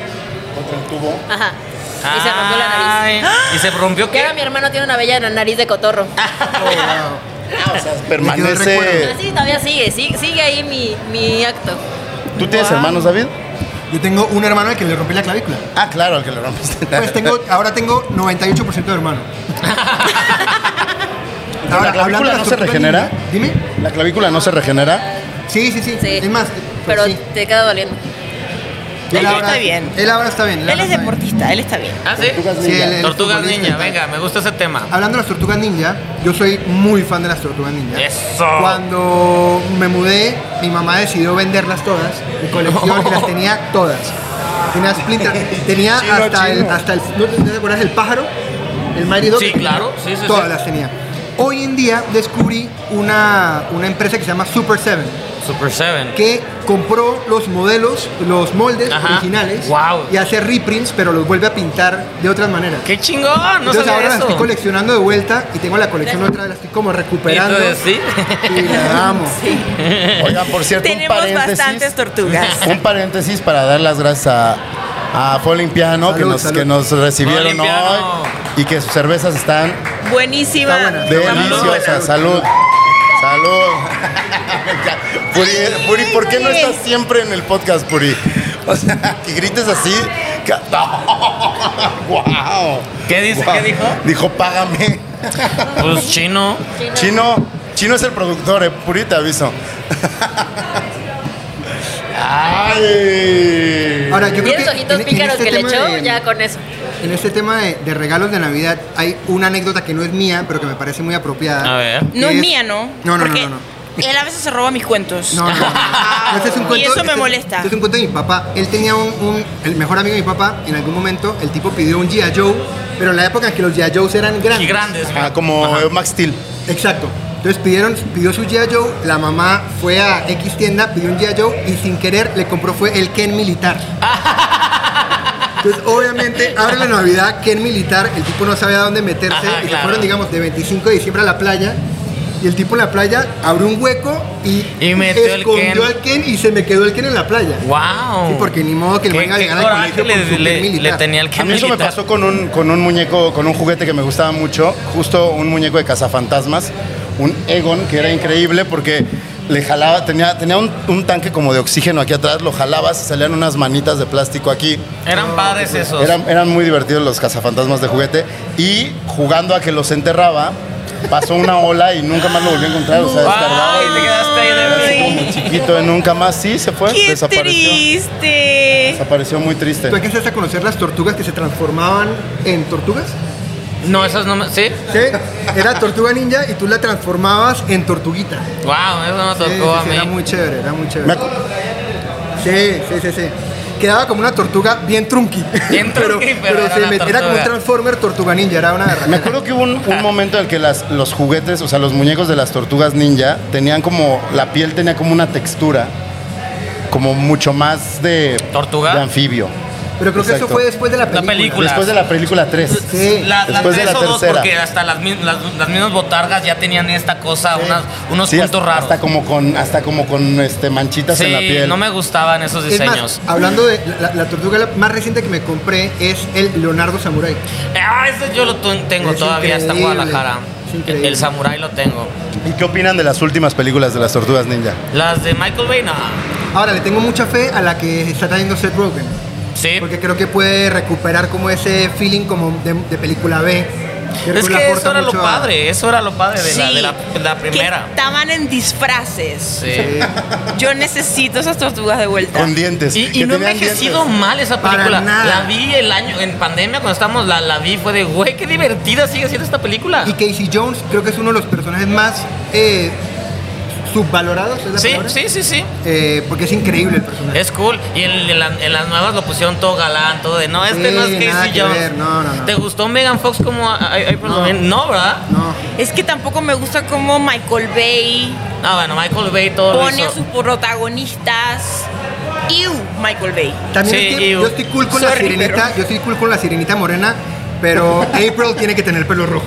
Contra el tubo. Ajá. Y se rompió la nariz. Ay, ¿Y se rompió Y qué? ahora mi hermano tiene una bella nariz de cotorro. Oh, Ah, o sea, Me quedó el permanece. recuerdo. Así todavía sigue, sigue, sigue ahí mi, mi acto. ¿Tú tienes hermanos, David? Yo tengo un hermano al que le rompí la clavícula. Ah, claro, el que le rompiste. Pues tengo, ahora tengo 98% de hermano. ¿La clavícula hablando de las no se tortugas regenera? ninja, Dime. La clavícula no se regenera. Sí, sí, sí. Sí. Es más, Pero Pues sí. te queda doliendo. Él ya está bien. Él ahora está bien. Él es ahora está bien. deportista, él está bien. Ah, sí. Tortugas Sí, ninja. él- él es Tortugas futbolista y niña, tal. venga, me gusta ese tema. Hablando de las tortugas ninja, yo soy muy fan de las tortugas ninja. Eso. Cuando me mudé, mi mamá decidió venderlas todas, mi colección, y las tenía todas. Tenía Splinter, tenía Chino, hasta, chino. El, hasta el. ¿No te no te acuerdas del pájaro? El Mighty Dog. Sí, claro, sí, sí, Todas sí. las tenía. Hoy en día descubrí una, una empresa que se llama Super 7, Super 7. que compró los modelos, los moldes Ajá. originales Wow. y hace reprints, pero los vuelve a pintar de otras maneras. ¡Qué chingón! No Entonces sabía ahora la eso. estoy coleccionando de vuelta y tengo la colección otra vez, la estoy como recuperando Entonces, sí. y la amo. Oigan, por cierto, un Tenemos paréntesis. bastantes tortugas. Un paréntesis para dar las gracias a, a Falling Piano que Salud, nos, salud. que nos recibieron Falling Piano. hoy y que sus cervezas están Buenísima. Está buena. deliciosas. Salud. Salud. Puri, Puri, ¿por qué no Híjole. estás siempre en el podcast, Puri? O sea, que grites así. que- ¡Guau! ¿Qué dice? Guau. ¿Qué dijo? Dijo, págame. Pues chino. Chino, Chino es el productor, eh, Puri, te aviso. Ay. Ahora, yo creo ¿Vieron que los ojitos en- en pícaros este que le tema echó? de- Ya con eso. En este tema de, de regalos de Navidad hay una anécdota que no es mía, pero que me parece muy apropiada. A ver. No es Es- mía, ¿no? No, no, no, Porque no, Él a veces se roba mis cuentos. No, no, no, no. Este es un cuento- y eso este me es- molesta. Este es un cuento de mi papá. Él tenía un, un- el mejor amigo de mi papá. En algún momento el tipo pidió un G.I. Joe, pero en la época en que los G.I. Joes eran Y grandes. grandes. Ah, como Max Steel. Exacto. Entonces pidieron, pidió su G.I. Joe, la mamá fue a X tienda, pidió un G.I. Joe y sin querer le compró fue el Ken Militar. Entonces, obviamente, abre la Navidad, Ken Militar, el tipo no sabía dónde meterse Ajá, y se claro. fueron, digamos, de 25 de diciembre a la playa. Y el tipo en la playa abrió un hueco y, Y metió el escondió Ken. al Ken y se me quedó el Ken en la playa. Wow. Sí, porque ni modo que el ¿Qué- venga a qué llegar al coraje colegio le, con su le- Ken militar? le tenía el que A mí eso me militar. pasó con un, con un muñeco, con un juguete que me gustaba mucho, justo un muñeco de cazafantasmas, un Egon, que era increíble porque le jalaba, tenía, tenía un, un tanque como de oxígeno aquí atrás, lo jalabas y salían unas manitas de plástico aquí. Eran padres esos. Eran, eran muy divertidos los cazafantasmas de juguete y jugando a que los enterraba, pasó una ola y nunca más lo volví a encontrar, o sea, descargaba Ay, te quedaste ahí de Ay. y muy chiquito y nunca más, sí, se fue, ¡Qué desapareció. triste! Desapareció muy triste. ¿Tú alcanzaste a conocer las tortugas que se transformaban en tortugas? No, esas no me. ¿Sí? Sí, era tortuga ninja y tú la transformabas en tortuguita. Wow, eso no Sí, sí, tocó sí, a era mí. muy chévere, era muy Me chévere. acu- Sí, sí, sí, sí. Quedaba como una tortuga bien trunqui. Bien trunqui, pero era se una met- era como un tortuga. Transformer tortuga ninja, era una Me garra. acuerdo que hubo un, un momento en el que las, los juguetes, o sea, los muñecos de las tortugas ninja, tenían como, la piel tenía como una textura, como mucho más de... ¿Tortuga? De anfibio. Pero creo que eso Exacto. fue después de la La película. película. Después de la película 3. Sí. Las, las Después de tres la o dos, tercera. porque hasta las, mi- las, las mismas botargas ya tenían esta cosa, unas, unos Sí, puntos hasta, raros. hasta como con, hasta como con este, manchitas en la sí, piel. no me gustaban esos Es más, diseños. hablando de la, la- la tortuga la- más reciente que me compré es el Leonardo Samurai. Ah, ese yo lo tu- tengo Es todavía, está en increíble. Guadalajara. Es increíble. El samurái lo tengo. ¿Y qué opinan de las últimas películas de las tortugas ninja? Las de Michael Bay, no. Ahora, le tengo mucha fe a la que está trayendo Seth Rogen. Sí. Porque creo que puede recuperar como ese feeling como de, de película B. Creo Es le que eso aporta era lo mucho a- padre, eso era lo padre de, la, de la, de la primera. Que estaban en disfraces. Sí. Yo necesito esas tortugas de vuelta. Con pues, dientes. Ah, Y, y que no ha tenían envejecido dientes. mal esa Para película. nada. La vi el año, en pandemia, cuando estábamos, la, la vi, fue de, güey, qué divertida sigue siendo esta película. Y Casey Jones creo que es uno de los personajes más eh, subvalorados, ¿es la Sí, palabra? sí, sí, sí. Eh, porque es increíble el personaje. Es cool. Y en, en la- en las nuevas lo pusieron todo galán, todo de, no, este Sí, no es nada Casey que Jones. ver, no, no, no. ¿Te gustó Megan Fox como... ah, a- a- a- No. no, ¿verdad? No. Es que tampoco me gusta cómo Michael Bay Ah, bueno, Michael Bay todo lo pone hizo. a sus protagonistas. ¡Ew! Michael Bay. También Sí, es que y- yo estoy cool con la sorry, sirenita, pero- yo estoy cool con la sirenita morena, pero April tiene que tener pelo rojo.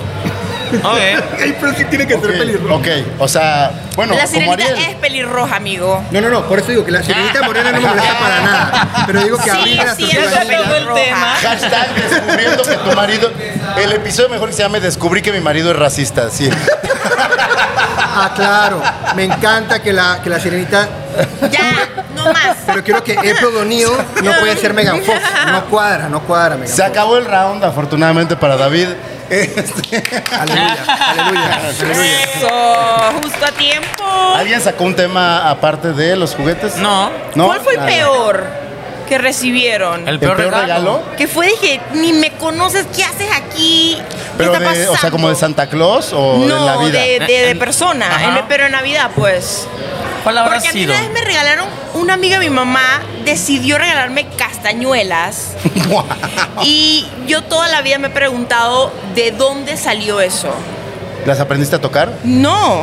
Ok. April sí tiene que tener Ok, pelirrojo. ok, o sea, bueno, la como sirenita Ariel. es pelirroja, amigo. No, no, no, por eso digo que la sirenita morena no me molesta para nada. Pero digo que Sí, abrir la sí, Ya es tortuga se ninja- acabó el tema. Hashtag descubriendo que tu marido. El episodio mejor que se llame Descubrí que mi marido es racista. Sí. Ah, claro. Me encanta que la, que la sirenita. Ya, no más. Pero quiero que April O'Neil no puede ser Megan Fox. No cuadra, no cuadra, Megan Se acabó el round, afortunadamente para David. Este, Fox. Aleluya, aleluya. Eso, justo a tiempo. ¿Alguien sacó un tema aparte de los juguetes? No. ¿No? ¿Cuál fue el Nada. peor que recibieron? El ¿El peor regalo? Que fue, dije, ni me conoces, ¿qué haces aquí? ¿Qué Pero está de, o sea, pasando?" como de Santa Claus o no, de la vida. de, de- de persona, Ajá. en el- pero en Navidad, pues. ¿Cuál habrá Porque a mí sido? una vez me regalaron, una amiga de mi mamá decidió regalarme castañuelas y yo toda la vida me he preguntado de dónde salió eso. ¿Las aprendiste a tocar? No,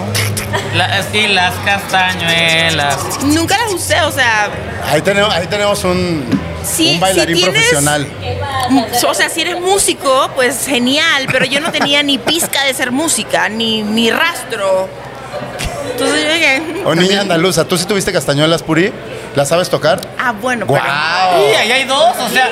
La- sí, las castañuelas. nunca las usé, o sea, Ahí tenemos, ahí tenemos un, Sí, un bailarín sí tienes- profesional. mm, o sea, si eres músico, pues genial, pero yo no tenía ni pizca de ser música, ni, ni rastro. Entonces yo dije, mm, O niña andaluza, ¿tú sí tuviste castañuelas, Puri? ¿Las sabes tocar? ah, bueno, pero... ¡Guau! Sí, ahí hay dos, o sea,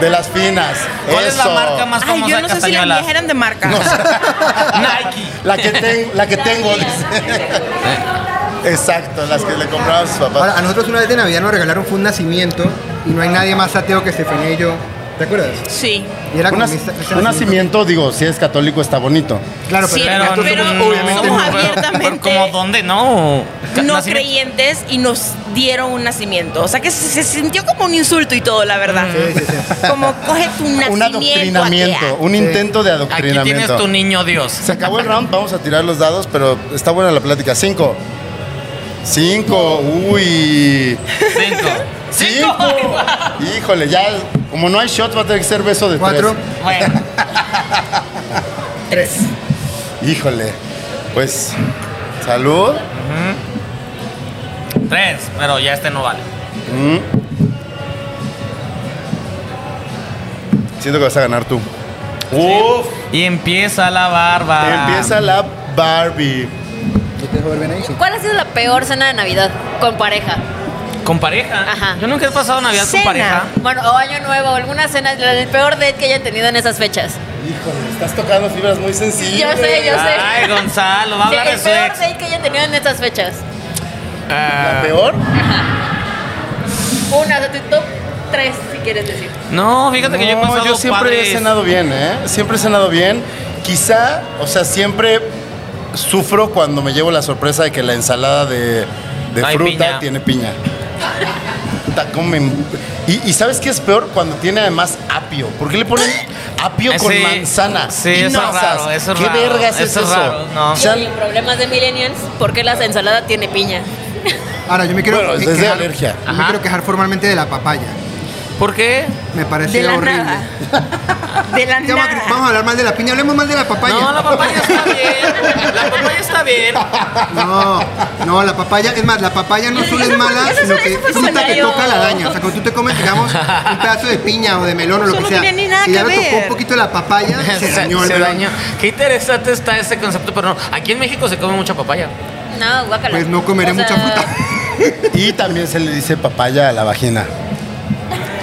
De las finas. ¿cuál es la Eso. marca más Ay, famosa yo de no sé si las castañuelas? mías eran de marca. Nike. La que, ten- la que tengo. dice. Exacto, las que le compraban sus papás. Ahora, a nosotros una vez de Navidad nos regalaron fue un nacimiento y no hay nadie más ateo que Estefanía y yo. ¿Te acuerdas? Sí. Y era un, como nac- esta- esta un nacimiento, digo, si es católico está bonito. Claro, Sí, pero, nosotros pero somos no, obviamente somos no. pero- pero abiertamente- como dónde no. Ca- No nacimiento- creyentes y nos dieron un nacimiento. O sea que se, se sintió como un insulto y todo, la verdad. Sí, sí, sí. Como coge tu nacimiento. Un adoctrinamiento, atea. un Sí. intento de Aquí adoctrinamiento. tienes tu niño Dios. Se acabó el round, vamos a tirar los dados, pero está buena la plática. Cinco. Cinco, uy. Cinco. Cinco. Híjole, ya, como no hay shot, va a tener que ser beso de Cuatro. tres. Bueno, Tres. Híjole. Pues, salud. tres, pero ya este no vale. Mm. Siento que vas a ganar tú. Uf, Y empieza la Ah. barba. empieza la Barbie. ¿Yo te dejo ver, ven ahí? Sí. ¿Cuál ha sido la peor cena de Navidad con pareja? Con pareja. Ajá. Yo nunca he pasado Navidad Cena. con pareja. Bueno, o Año Nuevo, o alguna cena, la- el peor date que hayan tenido en esas fechas. Híjole, estás tocando fibras muy sensibles. Yo sé, yo sé. Ay, Gonzalo, va a Sí, hablar de el peor sexo. date que hayan tenido en esas fechas. Ah, ¿La peor? Una, de tu top tres, si quieres decir. no, fíjate que yo he No, pasado yo siempre padres. he cenado bien, ¿eh? Siempre he cenado bien. Quizá, o sea, siempre sufro cuando me llevo la sorpresa de que la ensalada de, de Hay fruta piña. tiene piña. Puta, cómo me- Y, y ¿sabes qué es peor? Cuando tiene además apio. ¿Por qué le ponen apio Eh, con sí. manzana? Sí, Y eso es masas? raro, eso es ¿Qué raro, vergas es eso es eso? raro, no. O sea, Oye, problemas de millennials, ¿por qué la ensalada tiene piña? Ahora, yo me quiero. Bueno, que- desde quejar- alergia. yo me Ajá. quiero quejar formalmente de la papaya. ¿Por qué? Me De pareció la horrible. nada. De la Ya vamos a- Vamos nada. a hablar mal de la piña, hablemos mal de la papaya. No, la papaya está bien. La papaya está bien. No, no, la papaya, es más, la papaya no solo es mala, eso fue- sino eso que fue el fruta que comentario. toca la daña. O sea, cuando tú te comes, digamos, un pedazo de piña o de melón o lo Eso que no sea, tenía ni nada y ya que le tocó ver. un poquito la papaya, se dañó el se melón. dañó. Qué interesante está ese concepto, pero no. Aquí en México se come mucha papaya. No, guácala. Pues no comeré O sea, mucha fruta. Y también se le dice papaya a la vagina.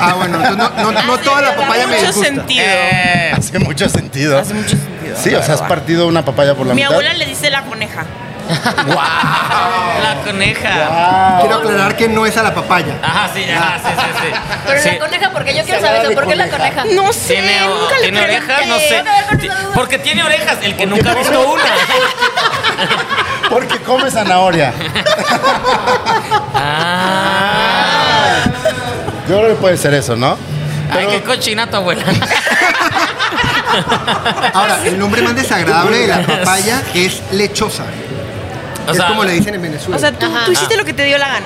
Ah, bueno, entonces no, no, no toda la papaya me Mucho disgusta. sentido. Eh, Hace mucho sentido. Hace mucho sentido. Sí, o sea, has partido una papaya por la Mi mitad. abuela le dice la coneja. la coneja. Wow. Quiero aclarar que no es a la papaya. Ajá, sí, ajá, sí, sí, sí. Pero Sí. la coneja, porque yo quiero saber Ensalada eso, de ¿por qué la coneja. coneja? No sé, ¿Tiene, nunca le ¿tiene orejas? No pregunté. sé. Ti- Porque tiene orejas, el que nunca ha visto una. Porque come zanahoria. Ah. Ah. Yo creo que puede ser eso, ¿no? Ah. Ay, qué cochina tu abuela. Ahora, el nombre más desagradable de la papaya es lechosa. O es sea, como le dicen en Venezuela. O sea, tú, tú hiciste lo que te dio la gana.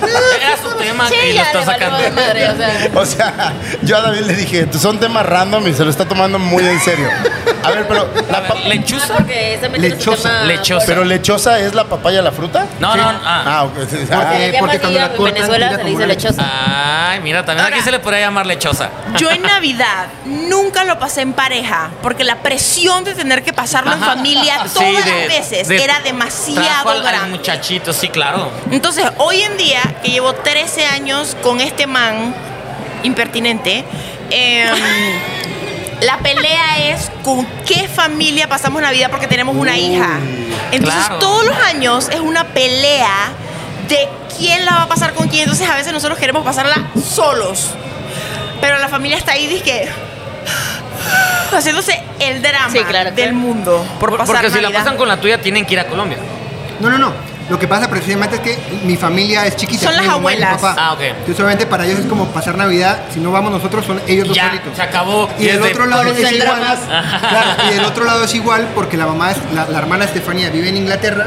Era su tema Sí, y lo ya está le valió sacando. madre, o sea. O sea, yo a David le dije, "Tú son temas random y se lo está tomando muy en serio. A ver, pero la pa- Ah, ¿Lechuza? porque está metiendo su Lechosa. tema- Lechosa. pero lechosa es la papaya la fruta? No, no, ah. Ah, ok. Porque- Ah, Se llama porque así, cuando la en cortan, Venezuela mira se le como dice una- lechosa. Ay, mira, también aquí Ahora. se le podría llamar lechosa. Yo en Navidad nunca lo pasé en pareja, porque la presión de tener que pasarlo en Ajá. familia Sí, todas de- las veces de- era Trajo demasiado al, al grande. muchachito, sí, claro. Entonces, hoy en día, que llevo 13 años con este man impertinente, em, la pelea es con qué familia pasamos Navidad porque tenemos una hija. Entonces, claro. todos los años es una pelea de quién la va a pasar con quién. Entonces, a veces nosotros queremos pasarla solos. Pero la familia está ahí, dizque, haciéndose el drama Sí, claro, del claro. mundo por, Por- pasar porque si la Navidad. pasan con la tuya, tienen que ir a Colombia. No, no, no. Lo que pasa precisamente es que mi familia es chiquita. Son tiene las mi mamá y mi abuelas. papá. Ah, ok. Entonces, obviamente para ellos es como pasar Navidad. Si no vamos nosotros, son ellos dos Ya, solitos. se acabó. Y del Desde- otro lado Todos es en igual. dramas. Claro, y del otro lado es igual porque la mamá, es, la, la hermana Estefanía vive en Inglaterra.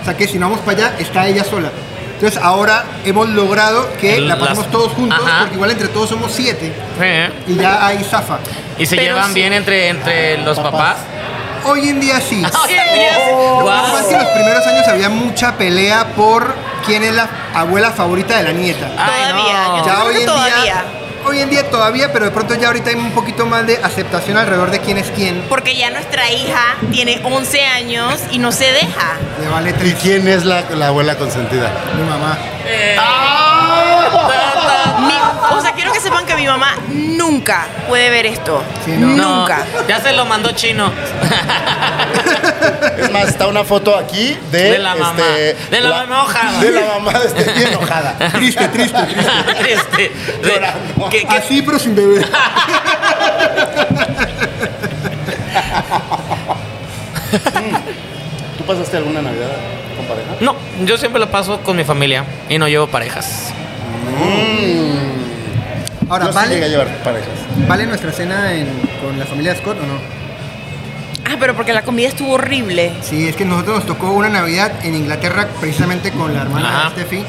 O sea que si no vamos para allá, está ella sola. Entonces ahora hemos logrado que El- la pasemos las- todos juntos, Ajá. porque igual entre todos somos siete Sí. ¿eh? y ya hay zafa. ¿Y se Pero llevan sí. bien entre, entre los papás? Hoy en día sí. Hoy en día sí. Lo que Guau. pasa es que en los primeros años había mucha pelea por quién es la abuela favorita de la nieta. Todavía, yo Ya creo hoy que en todavía. día. Hoy en día todavía, pero de pronto ya ahorita hay un poquito más de aceptación alrededor de quién es quién. Porque ya nuestra hija tiene 11 años y no se deja. Le vale ¿Y tres quién es la, la abuela consentida? mi mamá. Ah, Mi- o sea, quiero que sepan que mi mamá nunca puede ver esto. Sí, no. No, Nunca. Ya se lo mandó chino. Es más, está una foto aquí de. De la mamá. este, De la mamá enojada. De la mamá este, bien enojada. Triste, triste, triste. Este, de- Llorando. que- que- Así pero sin beber. ¿Tú pasaste alguna Navidad con pareja? no, yo siempre lo paso con mi familia y no llevo parejas. Mm. Mm. Ahora, no se llega a ¿vale, llevar parejas. ¿vale nuestra cena en- con la familia Scott o no? Ah, pero porque la comida estuvo horrible. Sí, es que nosotros nos tocó una Navidad en Inglaterra precisamente con la hermana Ajá. de Steffi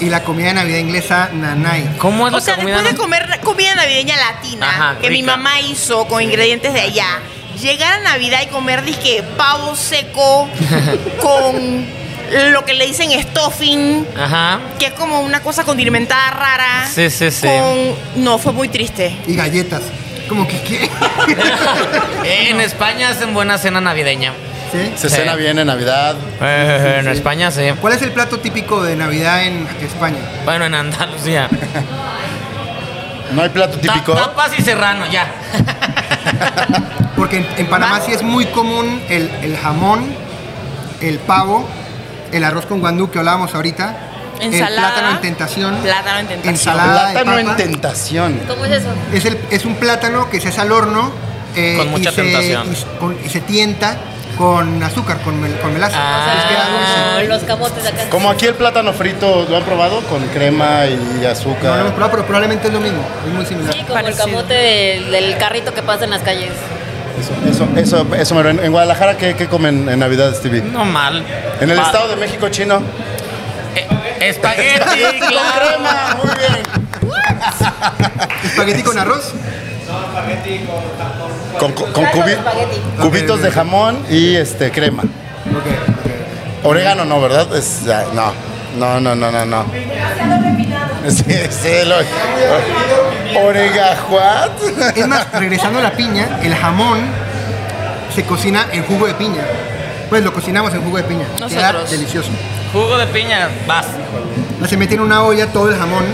y la comida de Navidad inglesa Nanay. ¿Cómo es O la sea, comida? después de comer comida navideña latina Ajá, que mi rica. mamá hizo con ingredientes de allá, llegar a Navidad y comer disque pavo seco con lo que le dicen stuffing, Ajá. que es como una cosa condimentada rara. Sí, sí, sí. Con... No, fue muy triste. Y galletas. Como que ¿qué? Eh, en España hacen buena cena navideña. ¿Sí? Se Sí. cena bien en Navidad. Eh, en España sí. ¿Cuál es el plato típico de Navidad en España? Bueno, en Andalucía. No hay plato Ta- típico. Tapas y serrano, ya. Porque en, en Panamá sí es muy común el, el jamón, el pavo, el arroz con guandú que hablábamos ahorita, Eh, el Ensalada. plátano en tentación, Plátano en tentación. ensalada de Plátano en papa. tentación. ¿Cómo es eso? es, el- es un plátano que se hace al horno eh, Con mucha y, se, tentación. y s- con- y se tienta con azúcar, con, mel- con melaza. Ah. Les queda dulce. Como los camotes acá. Como aquí el plátano frito, ¿lo han probado? Con crema y No lo hemos azúcar. probado, pero probablemente es lo mismo, es muy similar. Sí, como el camote del, del carrito que pasa en las calles. Eso, eso, eso, eso me lo- En Guadalajara, ¿qué, qué comen en Navidad, Stevie? No mal. En el Pa- Estado de México chino. Eh, espagueti, Con claro. crema, muy bien. ¿Espagueti con arroz? Con, con- con cubi- espagueti. cubitos de jamón y este crema. Ok. Orégano no, ¿verdad? Es- ya, no. No, no, no, no, no. Sí, sí, lo- Oregajuat. Es más, regresando a la piña, el jamón se cocina en jugo de piña. Pues lo cocinamos en jugo de piña. Queda Nosotros. delicioso. Jugo de piña, vas. Se mete en una olla todo el jamón,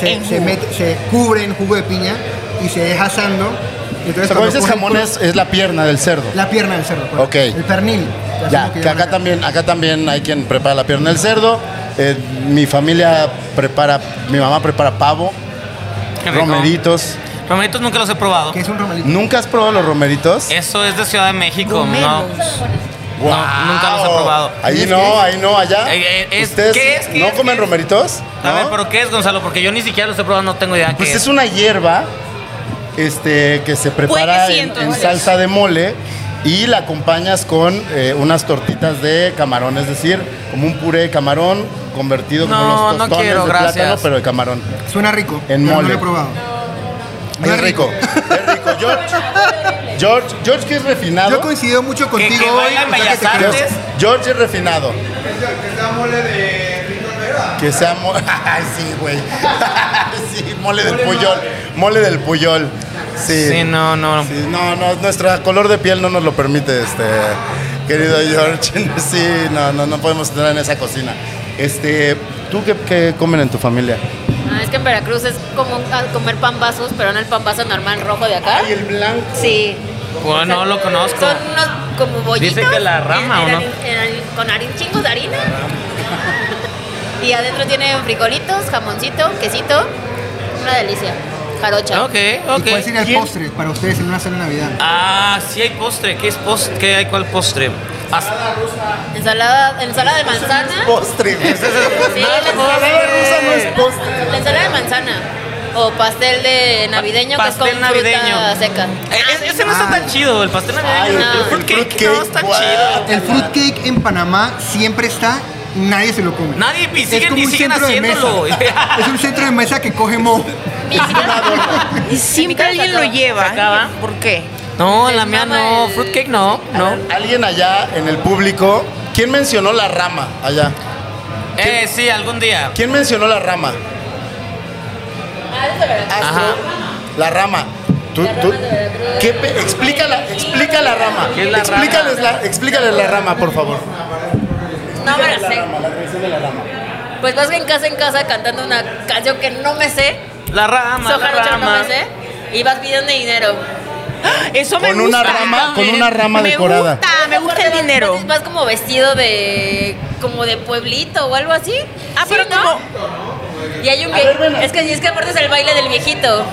se, En se jugo. mete- se cubre en jugo de piña y se deja asando. O sea, Entonces, cuando cuando dices cogen jamón es, es la pierna del cerdo. La pierna del cerdo. pues. Ok. El pernil. Ya, que acá también, acá también hay quien prepara la pierna del cerdo. Eh, mi familia prepara, mi mamá prepara pavo, Qué rico. romeritos. Romeritos nunca los he probado. Que es un romelito. ¿Nunca has probado los romeritos? Eso es de Ciudad de México, Gomelos. ¿no? No, nunca los he probado. Ahí no, ahí no, allá. Eh, eh, es- ¿Ustedes ¿qué es? ¿Qué no es? comen ¿Qué es? romeritos? A ver, ¿No? pero ¿qué es, Gonzalo? Porque yo ni siquiera los he probado, no tengo idea Pues qué es una hierba este, que se prepara que sí, en- en, entonces. salsa de mole y la acompañas con eh, unas tortitas de camarón, es decir, como un puré de camarón convertido como No, los no tostones quiero, de gracias. plátano, pero de camarón. Suena rico. En pero No mole. lo he probado. Es rico, es rico. George, George, George que es refinado. Yo coincido mucho contigo que hoy. baila en o sea, que Bellas te creo. Artes. George, George es refinado. Que sea mole de Ay, sí, güey. sí, mole del puyol. Mole del puyol. Sí. Sí, no, no. Sí, no, no, nuestra color de piel no nos lo permite, este, querido George. Sí, no, no, no podemos entrar en esa cocina. Este, ¿tú qué, qué comen en tu familia? Ah, es que en Veracruz es como un- a- comer pan vasos, pero no el pan vaso normal rojo de acá. el blanco. Sí. Bueno, Ah, Pues no lo conozco. Son unos como bollitos. Dicen que la rama, en- en ¿o no? harin- en harin- con harin, chingos de harina. y adentro tienen frijolitos, jamoncito, quesito. Una delicia. Jarocha. Ok, ¿Y cuál sería ok. el postre para ustedes en una cena de Navidad? Ah, sí hay postre. ¿Qué es postre? ¿Qué hay? ¿Cuál postre? Pas- Ensalada, ensalada de manzana. Postre. güey. Sí, la Ensalada rusa no es postre. La ensalada de manzana. O pastel de navideño que es Pastel con navideño. fruta seca. Eh, es- ese no Ah. está tan chido, el pastel navideño. Ay, no. el fruitcake Fruitcake, no está guau. chido. El fruitcake en Panamá siempre está nadie se lo come. Nadie, y Es siguen- como y un siguen centro de haciéndolo. mesa. es un centro de mesa que coge mo. Y siempre alguien lo lleva. ¿Por qué? No, la mía no. Fruitcake no. No. Alguien allá en el público, ¿quién mencionó la rama allá? Eh, sí, algún día. ¿Quién mencionó la rama? Ah, Ajá. La rama. Tú, tú- ¿Qué pe- explica, la, explica la rama. ¿Qué es la rama? explícales, La, explícales la rama, por favor. Ah, No me la sé. La creación de la rama. Pues vas en casa en casa cantando una canción que no me sé. La rama, la Soja no rama. me sé. ¿eh? Y vas pidiendo dinero. Eso me Con gusta. una rama, con una rama me decorada. gusta, me gusta el Aparte vas- dinero. Vas, vas como vestido de. como de pueblito o algo así. Ah, Sí, pero ¿no? como Y hay un vie- Es que es que aparte es el baile del viejito.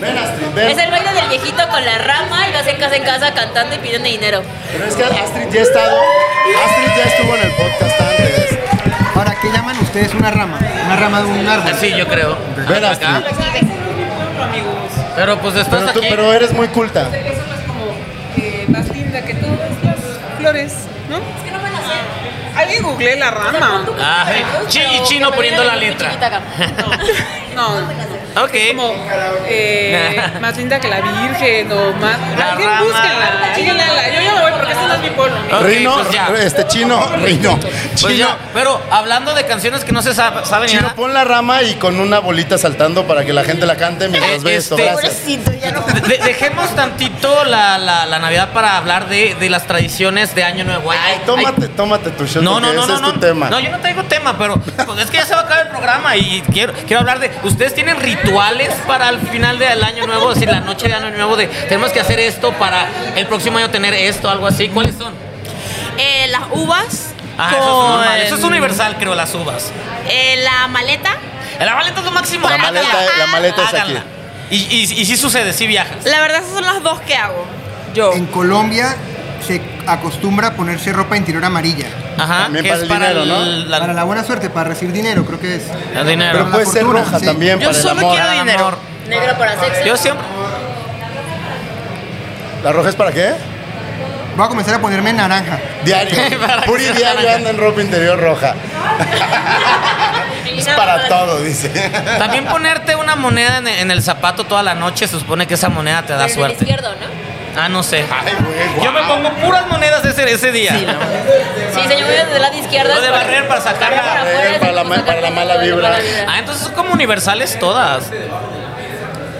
Ven, Astrid, Es ven. el baile del viejito con la rama y vas en casa en casa cantando y pidiendo dinero. Pero es que Astrid ya ha estado. Astrid ya estuvo en el podcast antes. Ahora, ¿qué llaman ustedes una rama? Una rama de un árbol. Ah, Sí, yo creo. Ven, Ah, Astrid. acá. Pero pues estás Pero, tú- aquí. pero eres muy culta. Eso no es como eh, más linda que todas las flores, ¿no? Es que no me la sé. Alguien googleé la rama. Ay, Ah, eh. chi- y chino poniendo la letra. No, Ok. como eh, más linda que la Virgen o más. La alguien rama. búsquenla, síguenla. Yo ya me voy porque este no es mi pueblo. Ok, Rino, pues ya. este chino, Rino. Pues Chino, ya, pero hablando de canciones que no se sa- saben ni chino, nada. pon la rama y con una bolita saltando para que la gente la cante mientras ve esto. Este- Gracias. de- dejemos tantito la, la- la Navidad para hablar de, de las tradiciones de Año Nuevo. Ay, ay, Tómate, tómate tu shot. No, no, porque no, ese no, es no, tu tema. no, yo no traigo tema, pero pues, es que ya se va a acabar el programa y quiero, quiero hablar de, ¿ustedes tienen rituales para el final del año nuevo? Si la noche de año nuevo de, tenemos que hacer esto para el próximo año tener esto, algo así, ¿cuáles son? eh, las uvas. Ah, eso es normal, con- eso es universal, creo, las uvas. eh, la maleta. La maleta es lo máximo. La maleta, la maleta es aquí. Háganla. Y, y, y sí sucede, sí viajas. La verdad, esas son las dos que hago. Yo. En Colombia se acostumbra a ponerse ropa interior amarilla. Ajá, También que para es el para dinero, el, ¿no? la- Para la buena suerte, para recibir dinero, creo que es. el dinero. Pero la puede ser fortuna, roja sí. también Yo para el solo amor. Ah, quiero Para el dinero. amor. Negro para sexo. Yo siempre. ¿La roja es para qué? Voy a comenzar a ponerme naranja. Diario. Para que Puri sea diario naranja. anda en ropa interior roja. Es para todo, dice. También ponerte una moneda en, en el zapato toda la noche, se supone que esa moneda te Pero da en el suerte. izquierdo, ¿no? Ah, no sé. güey, guau. Yo me pongo puras monedas ese, ese día. Sí, se mueve del lado izquierdo. Lo de para- barrer para sacarla. para afuera, Barrer es para la como ma- para la sacarla mala de la vibra. mala Ah, entonces son como universales todas. Pero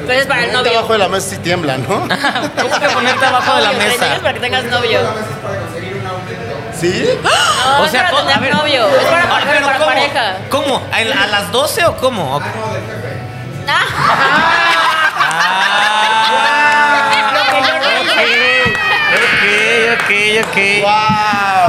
Pues es para el Ponte novio. abajo de la mesa si tiembla, ¿no? Tengo que ponerte abajo de la Novio, Es mesa. para que tengas novio. ¿Sí? No, O sea, es co- para a tener ver. novio. Es para, Ah, pero para ¿cómo? pareja. ¿Cómo? ¿A, el- a las 12 o cómo? Ah, Lo que yo no ok, ok, ok. ¡Wow!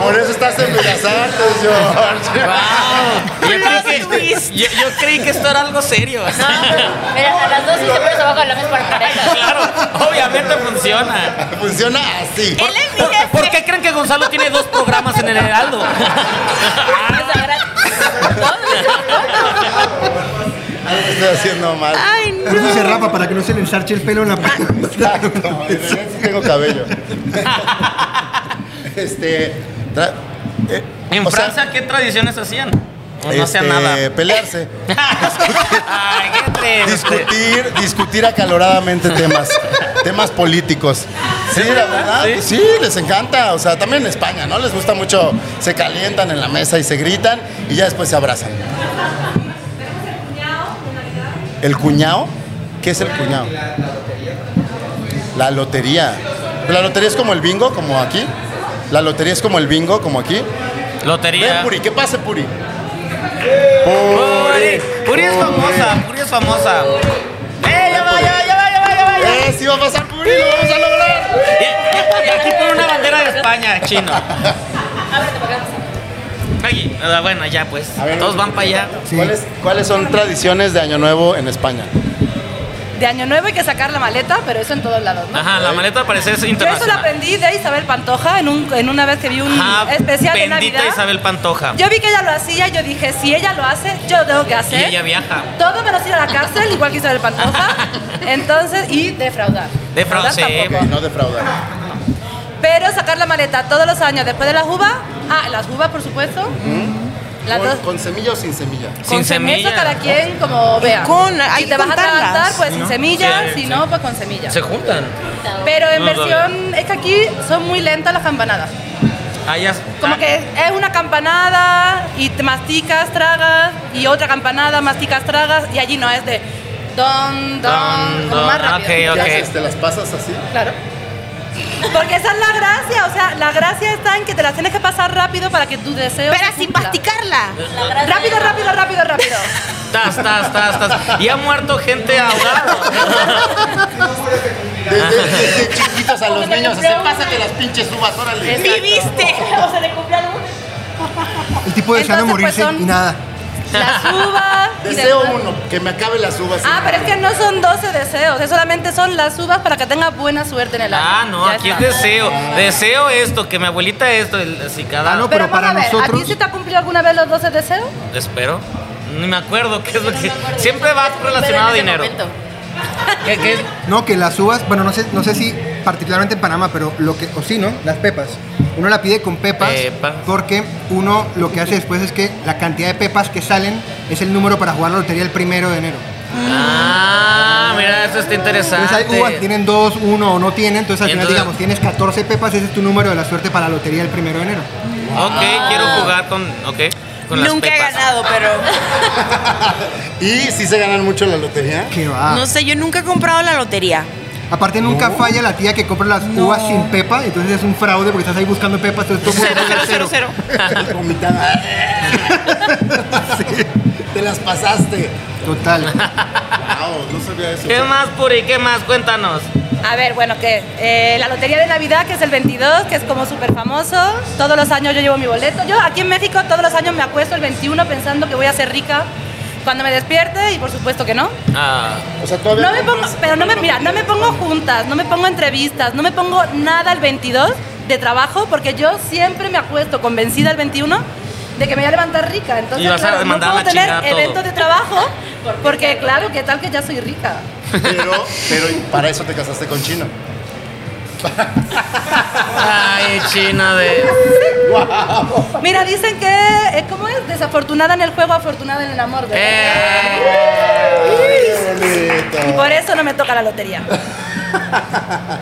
Por eso estás en Bellas Artes, George. Wow. Yo, creí que, yo- yo creí que esto era algo serio. así. No, pero mira, a las dos sí te pones abajo de la mesa para pareja. Claro, obviamente funciona. Funciona así. Él es mi ¿Por, jefe. por qué creen que Gonzalo tiene dos programas en el Heraldo? Esa gran- Algo estoy haciendo mal. Ay, no. Por eso se rapa, para que no se le ensarche el pelo en la panza. Exacto. en realidad sí tengo cabello. este. tra- eh, En o sea, Francia, ¿qué tradiciones hacían? No hacían este, nada. Pelearse. Ay, qué atreves. discutir, discutir acaloradamente temas, temas políticos. Sí, la verdad, ¿Sí? pues sí, les encanta. O sea, también en España, ¿no? Les gusta mucho, se calientan en la mesa y se gritan y ya después se abrazan. ¿El cuñado? ¿Qué es el cuñado? La lotería. La lotería es como el bingo, como aquí. La lotería es como el bingo, como aquí. Ven, Lotería. Puri, que pase, Puri. Puri. Puri es famosa, Puri es famosa. ¡Eh, ya va, ya va, ya va, ya va, ya va! ya va. ¡Eh, sí va a pasar, Puri! ¡Lo vamos a lograr! Y, y aquí pone una bandera de España, chino. Ay, ah, bueno, ya pues. A ver, Todos van para allá. ¿Cuáles, cuáles son tradiciones de Año Nuevo en España? De año nuevo hay que sacar la maleta, pero eso en todos lados, ¿no? Ajá, la maleta parece es Yo eso lo internacional. aprendí de Isabel Pantoja en, un, en una vez que vi un Ajá, especial de bendita Navidad. Isabel Pantoja. Yo vi que ella lo hacía y yo dije, si ella lo hace, yo tengo que Y hacer. ella viaja. Todo menos ir a la cárcel, igual que Isabel Pantoja. Entonces, y defraudar. Defraudar, sí. Defraudar tampoco. No defraudar. Pero sacar la maleta todos los años después de la uva. Ah, las uvas, por supuesto. Las ¿Con, dos. con semilla o sin semilla? Con semilla. cada quien como Y vea. con- hay si que te vas a juntarlas. tratar, pues ¿No? sin semillas, Sí, si sí. no, pues con semillas. Se juntan. Pero en No sabía. versión, es que aquí son muy lentas las campanadas. Ah, ya- Como ah, que es una campanada y te masticas, tragas, y otra campanada, masticas, tragas, y allí no es de don, don, Don, como don, más ah, rápido. ok, ok. ¿Qué haces? ¿Te las pasas así? Claro. Porque esa es la gracia, o sea, la gracia está en que te la tienes que pasar rápido para que tu deseo. Pero sin masticarla. Rápido, rápido, rápido, rápido. Tas, tas, tas, tas. Y ha muerto gente ahogada. Desde chiquitos a los niños, así pásate las pinches uvas, órale. ¡Viviste! O sea, le cumple algo. El tipo deseando pues, morirse y nada. Las uvas. y Deseo después- uno, que me acabe las uvas. Ah, pero es que no son 12 deseos, es solamente son las uvas para que tengas buena suerte en el año. Ah, no, Ya aquí es está. deseo. Deseo esto, que mi abuelita esto, el- así cada. Ah, no, Pero, vamos a ver, ¿a ti se te ha cumplido alguna vez los 12 deseos? Espero. Ni me acuerdo qué es lo que. Siempre va relacionado a Pero en este ese dinero. ¿Qué, qué? No, que las uvas, bueno, no sé, no sé si particularmente en Panamá, pero lo que, o sí, ¿no? Las pepas. Uno la pide con pepas porque uno lo que hace después es que la cantidad de pepas que salen es el número para jugar la lotería el primero de enero. Ah, mira, eso Pues está Entonces hay uvas que interesante. tienen dos, uno o no tienen, entonces al Y final entonces- digamos, tienes 14 pepas, ese es tu número de la suerte para la lotería el primero de enero. Ok, quiero Ah. jugar con. Ok, con las Nunca he pepas. ganado, pero. ¿Y si se ganan mucho en la lotería? ¿Qué Ah. va? No sé, yo nunca he comprado la lotería. Aparte nunca falla la tía que compra las uvas sin pepa, entonces es un fraude porque estás ahí buscando pepas, entonces todo el mundo saca cero. Vomitada. Sí, te las pasaste. Total. Wow, no sabía eso. ¿Qué más, Puri? ¿Qué más? Cuéntanos. A ver, bueno, que eh, la Lotería de Navidad, que es el 22, que es como súper famoso. Todos los años yo llevo mi boleto. Yo aquí en México todos los años me acuesto el 21 pensando que voy a ser rica cuando me despierte y por supuesto que no. Ah. O sea, No me pongo, pero no me, mira, no me pongo juntas, no me pongo entrevistas, no me pongo nada el 22 de trabajo porque yo siempre me acuesto convencida el 21 de que me voy a levantar rica. Entonces, Y vas a claro, no mandar puedo la tener chingada todo. eventos de trabajo porque, claro, que tal que ya soy rica. Pero, pero para eso te casaste con Chino. Ay, China de. Mira, dicen que eh, ¿cómo es desafortunada en el juego, afortunada en el amor. ¿verdad? Eh. Y por eso no me toca la lotería.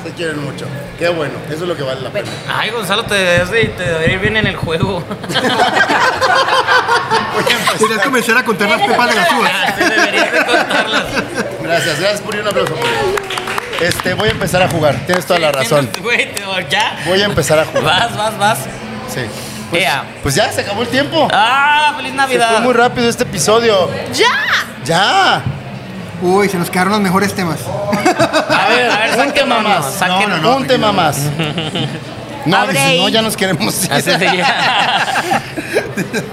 Se quieren mucho. Qué bueno, eso es lo que vale la pena. Ay, Gonzalo, te debes de- te debería ir bien en el juego. Querías comenzar a contar las pepas de las uvas. Gracias, gracias por un aplauso. Este, voy a empezar a jugar, tienes toda la razón. Güey, te- ya. Voy a empezar a jugar. Vas, vas, vas. Sí. Ea. Pues ya se acabó el tiempo. Ah, feliz Se fue Navidad. muy rápido este episodio. ¡Ya! ¡Ya! Uy, se nos quedaron los mejores temas. A ver, a ver, un tema sáquenos, más. No, no, sáquenos. no, un tema más. No, Abre dices, no, ahí. ya nos queremos ir. Así de ya.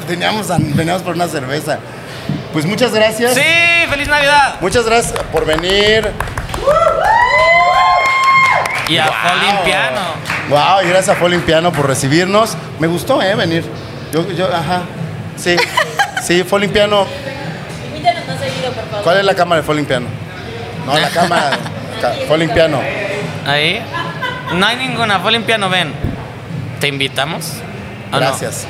Teníamos, veníamos por una cerveza. Pues muchas gracias. Sí, feliz Navidad. Muchas gracias por venir. Y a Paulín Piano. Wow, y gracias a Paul Piano por recibirnos. Me gustó, ¿eh? Venir. Yo, yo, ajá. Sí, sí, Paul Piano. Invítanos más seguido, por favor. ¿Cuál es la cámara de Paul Piano? No, la cámara. ca- Paul Piano. Ahí. No hay ninguna. Paulín Piano, ven. ¿Te invitamos? Ah, ¿O no? Gracias.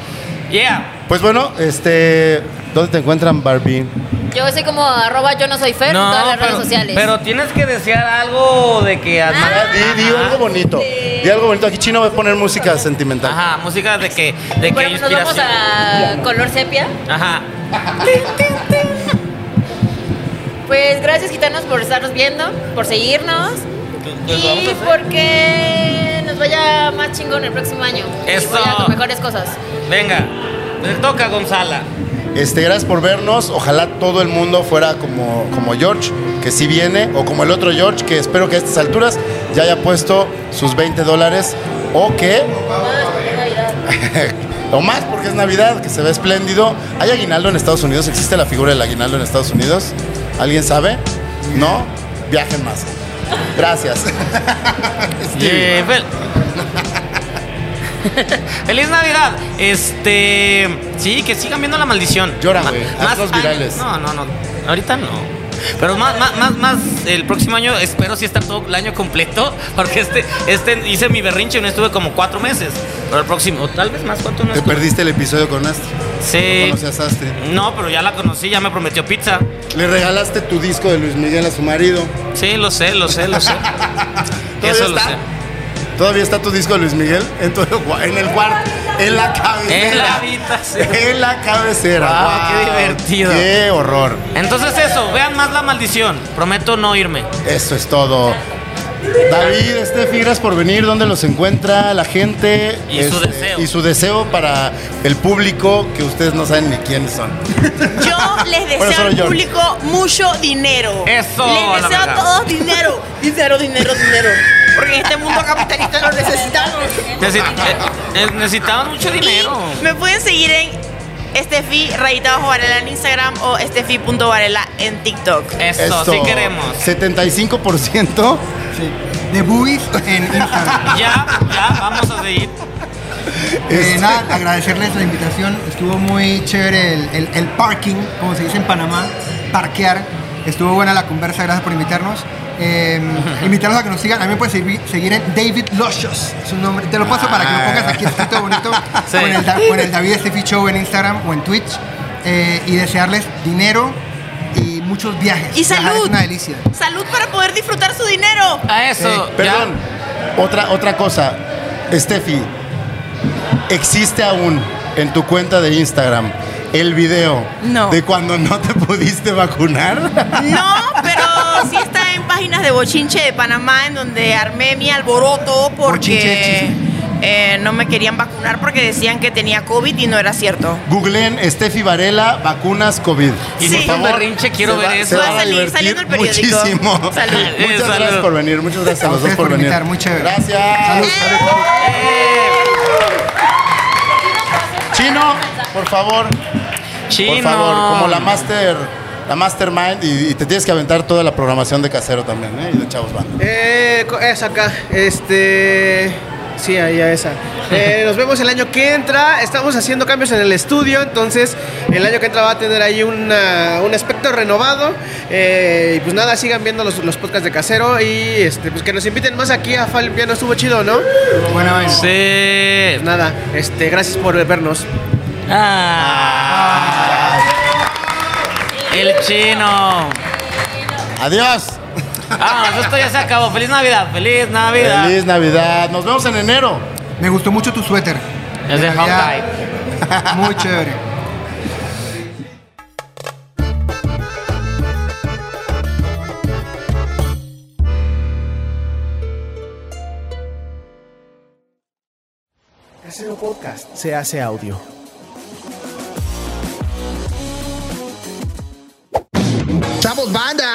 Yeah. Pues bueno, este. ¿Dónde te encuentran, Barbie? Yo soy como arroba yo no soy Fer en todas las pero, redes sociales. pero tienes que desear algo de que... Ah, Di, di algo bonito. este. Di algo bonito. Aquí Chino va a poner música sentimental. Ajá, música de que... De que Bueno, pues nos vamos inspiración. a color sepia. Ajá. Pues gracias, gitanos, por estarnos viendo, por seguirnos Pues vamos y a- porque nos vaya más chingón el próximo año. Eso. Y vaya con mejores cosas. Venga. Le toca a Gonzala. Este, gracias por vernos. Ojalá todo el mundo fuera como, como George, que sí viene, o como el otro George, que espero que a estas alturas ya haya puesto sus 20 dólares, o que, o más, porque es Navidad, que se ve espléndido. ¿Hay aguinaldo en Estados Unidos? ¿Existe la figura del aguinaldo en Estados Unidos? ¿Alguien sabe? ¿No? Viajen más. Gracias. Stevie. Yeah, Eh, fel- Feliz Navidad. Este, sí, que sigan viendo la maldición. Llora, Ma- güey. Haz los años- virales. No, no, no. Ahorita no. Pero más, más, más, más, el próximo año espero sí estar todo el año completo, porque este, este hice mi berrinche y no estuve como cuatro meses. Pero el próximo, o tal vez más, ¿cuánto no Te estuve? perdiste el episodio con Astrid. No Sí. conocías a Astrid. No, pero ya la conocí, ya me prometió pizza. Le regalaste tu disco de Luis Miguel a su marido. Sí, lo sé, lo sé, lo sé. ¿Todavía Eso lo está? sé. ¿Todavía está tu disco de Luis Miguel? En, tu- en el cuarto, en la cabecera. En la habitación. En la cabecera. Guau, qué Guau, divertido. Qué horror. Entonces eso, vean más la maldición. Prometo no irme. Eso es todo. David, Estefi, gracias por venir. ¿Dónde los encuentra la gente? Este, Y su deseo. Y su deseo para el público que ustedes no saben ni quiénes son. Yo les deseo Bueno, solo al yo. público mucho dinero. Eso, Les la deseo a verdad. todos dinero. Dinero, dinero, dinero. Porque en este mundo capitalista lo necesitamos. Necesi- eh, eh, necesitamos mucho dinero. Y me pueden seguir en Estefi rayita bajo Varela en Instagram o estefi.varela en TikTok. Eso, Esto, 75% de Buis en Instagram. Ya, Este. ya, vamos a seguir. Eh, nada, agradecerles la invitación. Estuvo muy chévere el, el- el parking, como se dice en Panamá, parquear. Estuvo buena la conversa, gracias por invitarnos. Eh, invitarlos a que nos sigan. A mí me pueden seguir, seguir en David Loshos, su nombre. Te lo paso para que lo pongas aquí escrito bonito. Sí. O, en el, Da- o en el David Estefi Show en Instagram o en Twitch. Eh, y desearles dinero y muchos viajes. Y Viajar salud. Es una delicia. Salud para poder disfrutar su dinero. A eso. Sí, ya. Eh, Perdón, otra, otra cosa. Steffi, existe aún en tu cuenta de Instagram el video No. de cuando no te pudiste vacunar. No, pero sí está en páginas de Bochinche de Panamá en donde armé mi alboroto Bochinche, porque chisme. eh, no me querían vacunar porque decían que tenía COVID y no era cierto. Googleen Steffi Varela, vacunas COVID. Y Sí. si está un berrinche, quiero se ver va- eso. se Va a va a salir divertir saliendo el periódico. muchísimo. Salud. Muchas Eh, salud. gracias por venir, muchas gracias a los dos ustedes por, por venir. invitar, muy chévere. Gracias. Salud, salud, salud. Eh. Chino, por favor. Chino. Por favor, como la master, la mastermind y, y te tienes que aventar toda la programación de casero también, ¿eh? Y de chavos banda. Eh, co- es acá, este... Sí, ahí a esa. Eh, nos vemos el año que entra. Estamos haciendo cambios en el estudio, entonces el año que entra va a tener ahí una- un aspecto renovado. Eh, y pues nada, sigan viendo los, los podcasts de casero y este, pues que nos inviten más aquí a Fal Piano. Estuvo chido, ¿no? Buena vaina. Sí. Nada, este, gracias por vernos. Ah. El chino. Adiós. Vámonos, esto ya se acabó. Feliz Navidad, feliz Navidad. Feliz Navidad. Nos vemos en enero. Me gustó mucho tu suéter. Es de Hawkeye. Navidad. Muy chévere. Casero Podcast se hace audio. ¡Chavos, banda!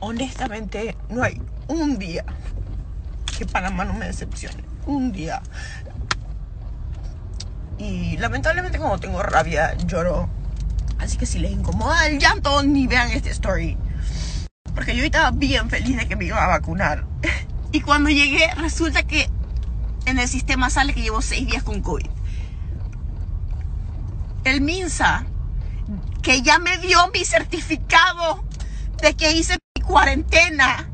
honestamente, no hay un día que Panamá no me decepcione. Un día. Y lamentablemente como tengo rabia, lloro. Así que si les incomoda el llanto, ni vean este story. Porque yo estaba bien feliz de que me iba a vacunar. Y cuando llegué, resulta que en el sistema sale que llevo seis días con COVID. El MINSA, que ya me dio mi certificado de que hice mi cuarentena.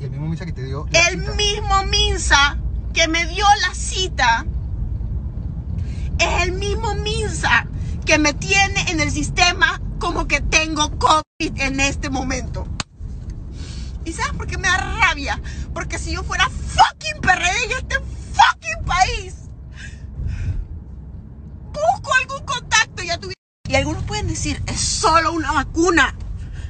Y el mismo misa que te dio. la El cita. mismo Minsa que me dio la cita es el mismo Minsa que me tiene en el sistema como que tengo COVID en este momento. ¿Y sabes por qué me da rabia? Porque si yo fuera fucking PRD en este fucking país, busco algún contacto y ya tuviera. Y algunos pueden decir, es solo una vacuna.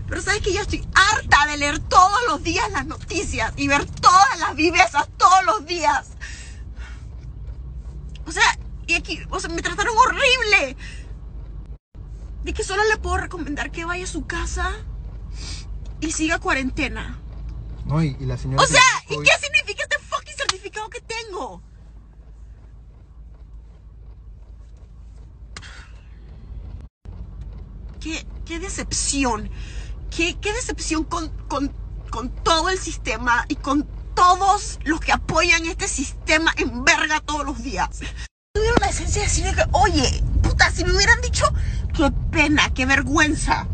Pero sabes que yo estoy harta de leer todos los días las noticias y ver todas las vivezas todos los días. O sea, y aquí, o sea, me trataron horrible. De que solo le puedo recomendar que vaya a su casa y siga cuarentena. No, y, y la señora. O sea, que- ¿y qué significa este fucking certificado que tengo? qué, qué decepción. Qué, qué decepción con, con, con todo el sistema y con todos los que apoyan este sistema en verga todos los días. Tuvieron la esencia de decir que, oye, puta, si me hubieran dicho, qué pena, qué vergüenza.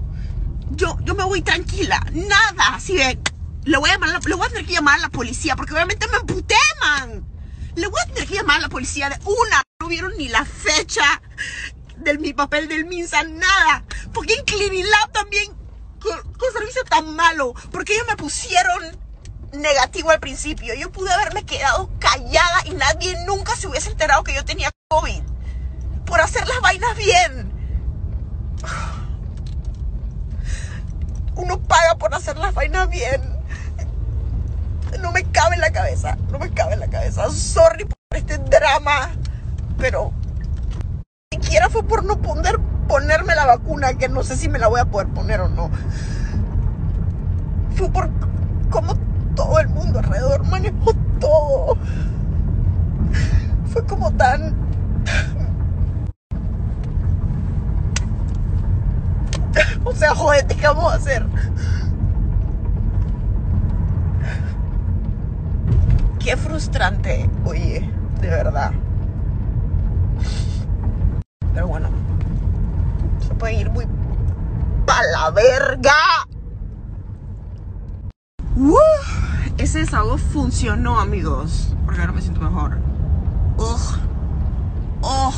Yo, yo me voy tranquila, nada, así de, le voy a llamar, a la- le voy a tener que llamar a la policía, porque obviamente me emputé, man. Le voy a tener que llamar a la policía de una, no vieron ni la fecha del mi papel del Minsa, nada. Porque en Clinilab también, con, con servicio tan malo, porque ellos me pusieron negativo al principio. Yo pude haberme quedado callada y nadie nunca se hubiese enterado que yo tenía COVID. Por hacer las vainas bien. Uno paga por hacer las vainas bien. No me cabe en la cabeza. No me cabe en la cabeza. Sorry por este drama. Pero ni siquiera fue por no poner, ponerme la vacuna, que no sé si me la voy a poder poner o no. Fue por cómo todo el mundo alrededor manejó todo. Fue como tan. O sea, jodete, ¿qué vamos a hacer? Qué frustrante, oye, de verdad. Pero bueno, se puede ir muy pa' la verga. ¡Uh! Ese desahogo funcionó, amigos. Porque ahora me siento mejor. ¡Ugh! ¡Oh!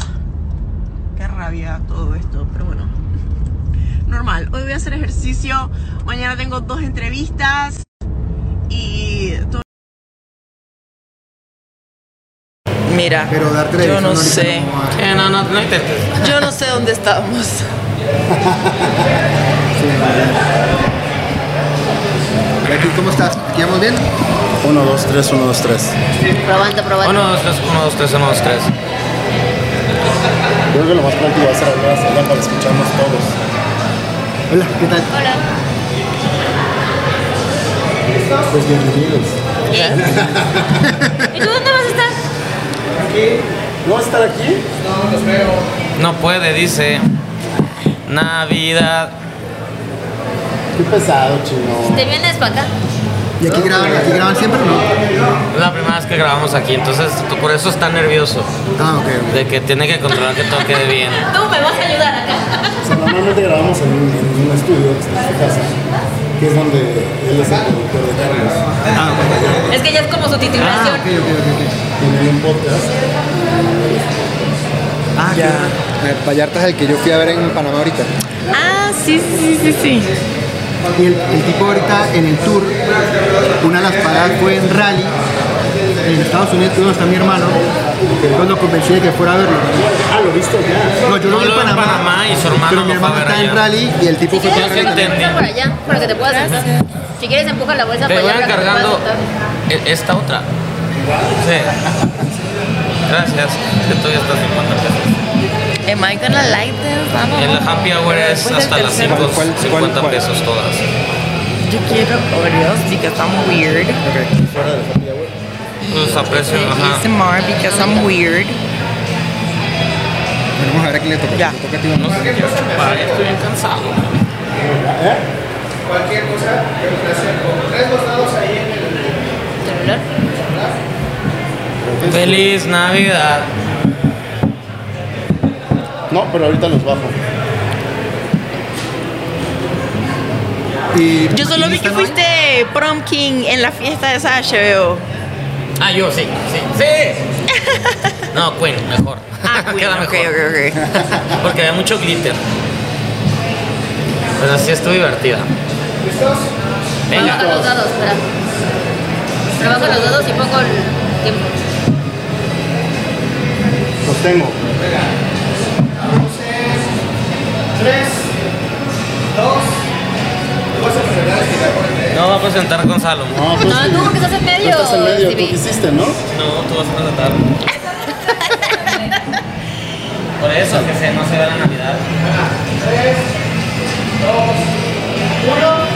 ¡Qué rabia todo esto! Pero bueno. Normal. Hoy voy a hacer ejercicio. Mañana tengo dos entrevistas. Y. todo- Mira, Pero darte la yo dirección no ahorita sé. no va. Eh, no, no, no intentes. Yo no sé dónde estábamos. Aquí, ¿Cómo estás? ¿Aquí vamos bien? 1, 2, 3, 1, 2, 3. Probando, probando. Uno, dos, tres, uno, dos, tres, uno, dos, tres. Yo creo que lo más práctico va a ser hablar hasta allá para escucharnos todos. Hola, ¿qué tal? Hola. Pues bienvenidos. ¿Y tú dónde vas a estar? ¿No vas a estar aquí? No, los veo. No puede, dice. Navidad. Qué pesado, chino. ¿Te vienes para acá? ¿Y aquí graban, aquí graban siempre o no? Es la primera vez que grabamos aquí, entonces tú por eso estás nervioso. Ah, ok. De que tiene que controlar que todo quede bien. Tú me vas a ayudar acá. O sea, normalmente grabamos en un, en un estudio que está en su casa, que es donde él es el productor de Carlos. Ah, Es que ya es como su titulación. ok, ok, Tiene un podcast. ok. Ah, ya. Vallarta es el que yo fui a ver en Panamá ahorita. Ah, sí, sí, sí, sí. Y el, el tipo ahorita en el tour, una de las paradas fue en Rally, en Estados Unidos, donde está mi hermano, yo lo convencí de que fuera a verlo. Ah, lo viste ya. No, yo lo No vi en lo vi en Panamá, Panamá y su hermano pero mi lo fue a hermano ver está en allá. Rally y el tipo Si fue quieres, sí empuja la entendí. bolsa por allá, para que te puedas sentar. Si quieres, empuja la bolsa Te para voy allá. para que te encargando puedas sentar. e- esta otra. Sí. Gracias. Es que tú ya estás 50 pesos. Am I gonna like this? I don't El know. happy hour es Después del hasta las tercero. 5, 50 pesos todas. Yo quiero Oreos because I'm weird. Los aprecio, ajá. ASMR because I'm weird. Vamos a ver a quién le toca. Ya. Le toca a ti, ¿no? Chupar, ya estoy bien cansado. Cualquier cosa, yo te acerco. Tres costados ahí en el. Feliz Navidad. No, pero ahorita los bajo. Y Yo solo vi que fuiste prom king en la fiesta de Sasha, veo. Ah, yo sí, sí, sí. No, Queen, mejor. Ah, Queen, Queda ok, mejor. ok, ok. Porque había mucho glitter. Pero así estuvo divertida. Trabajo Venga. los dados, espera. Trabajo los dados y pongo el tiempo. Los tengo. Tres, dos. Vas a presentar este No va a presentar Gonzalo. No, pues No, tú porque estás en tú medio. estás en medio, tú Stevie. quisiste, ¿no? No, tú vas a presentar. Por eso que se, no se ve la Navidad. Tres, dos, uno.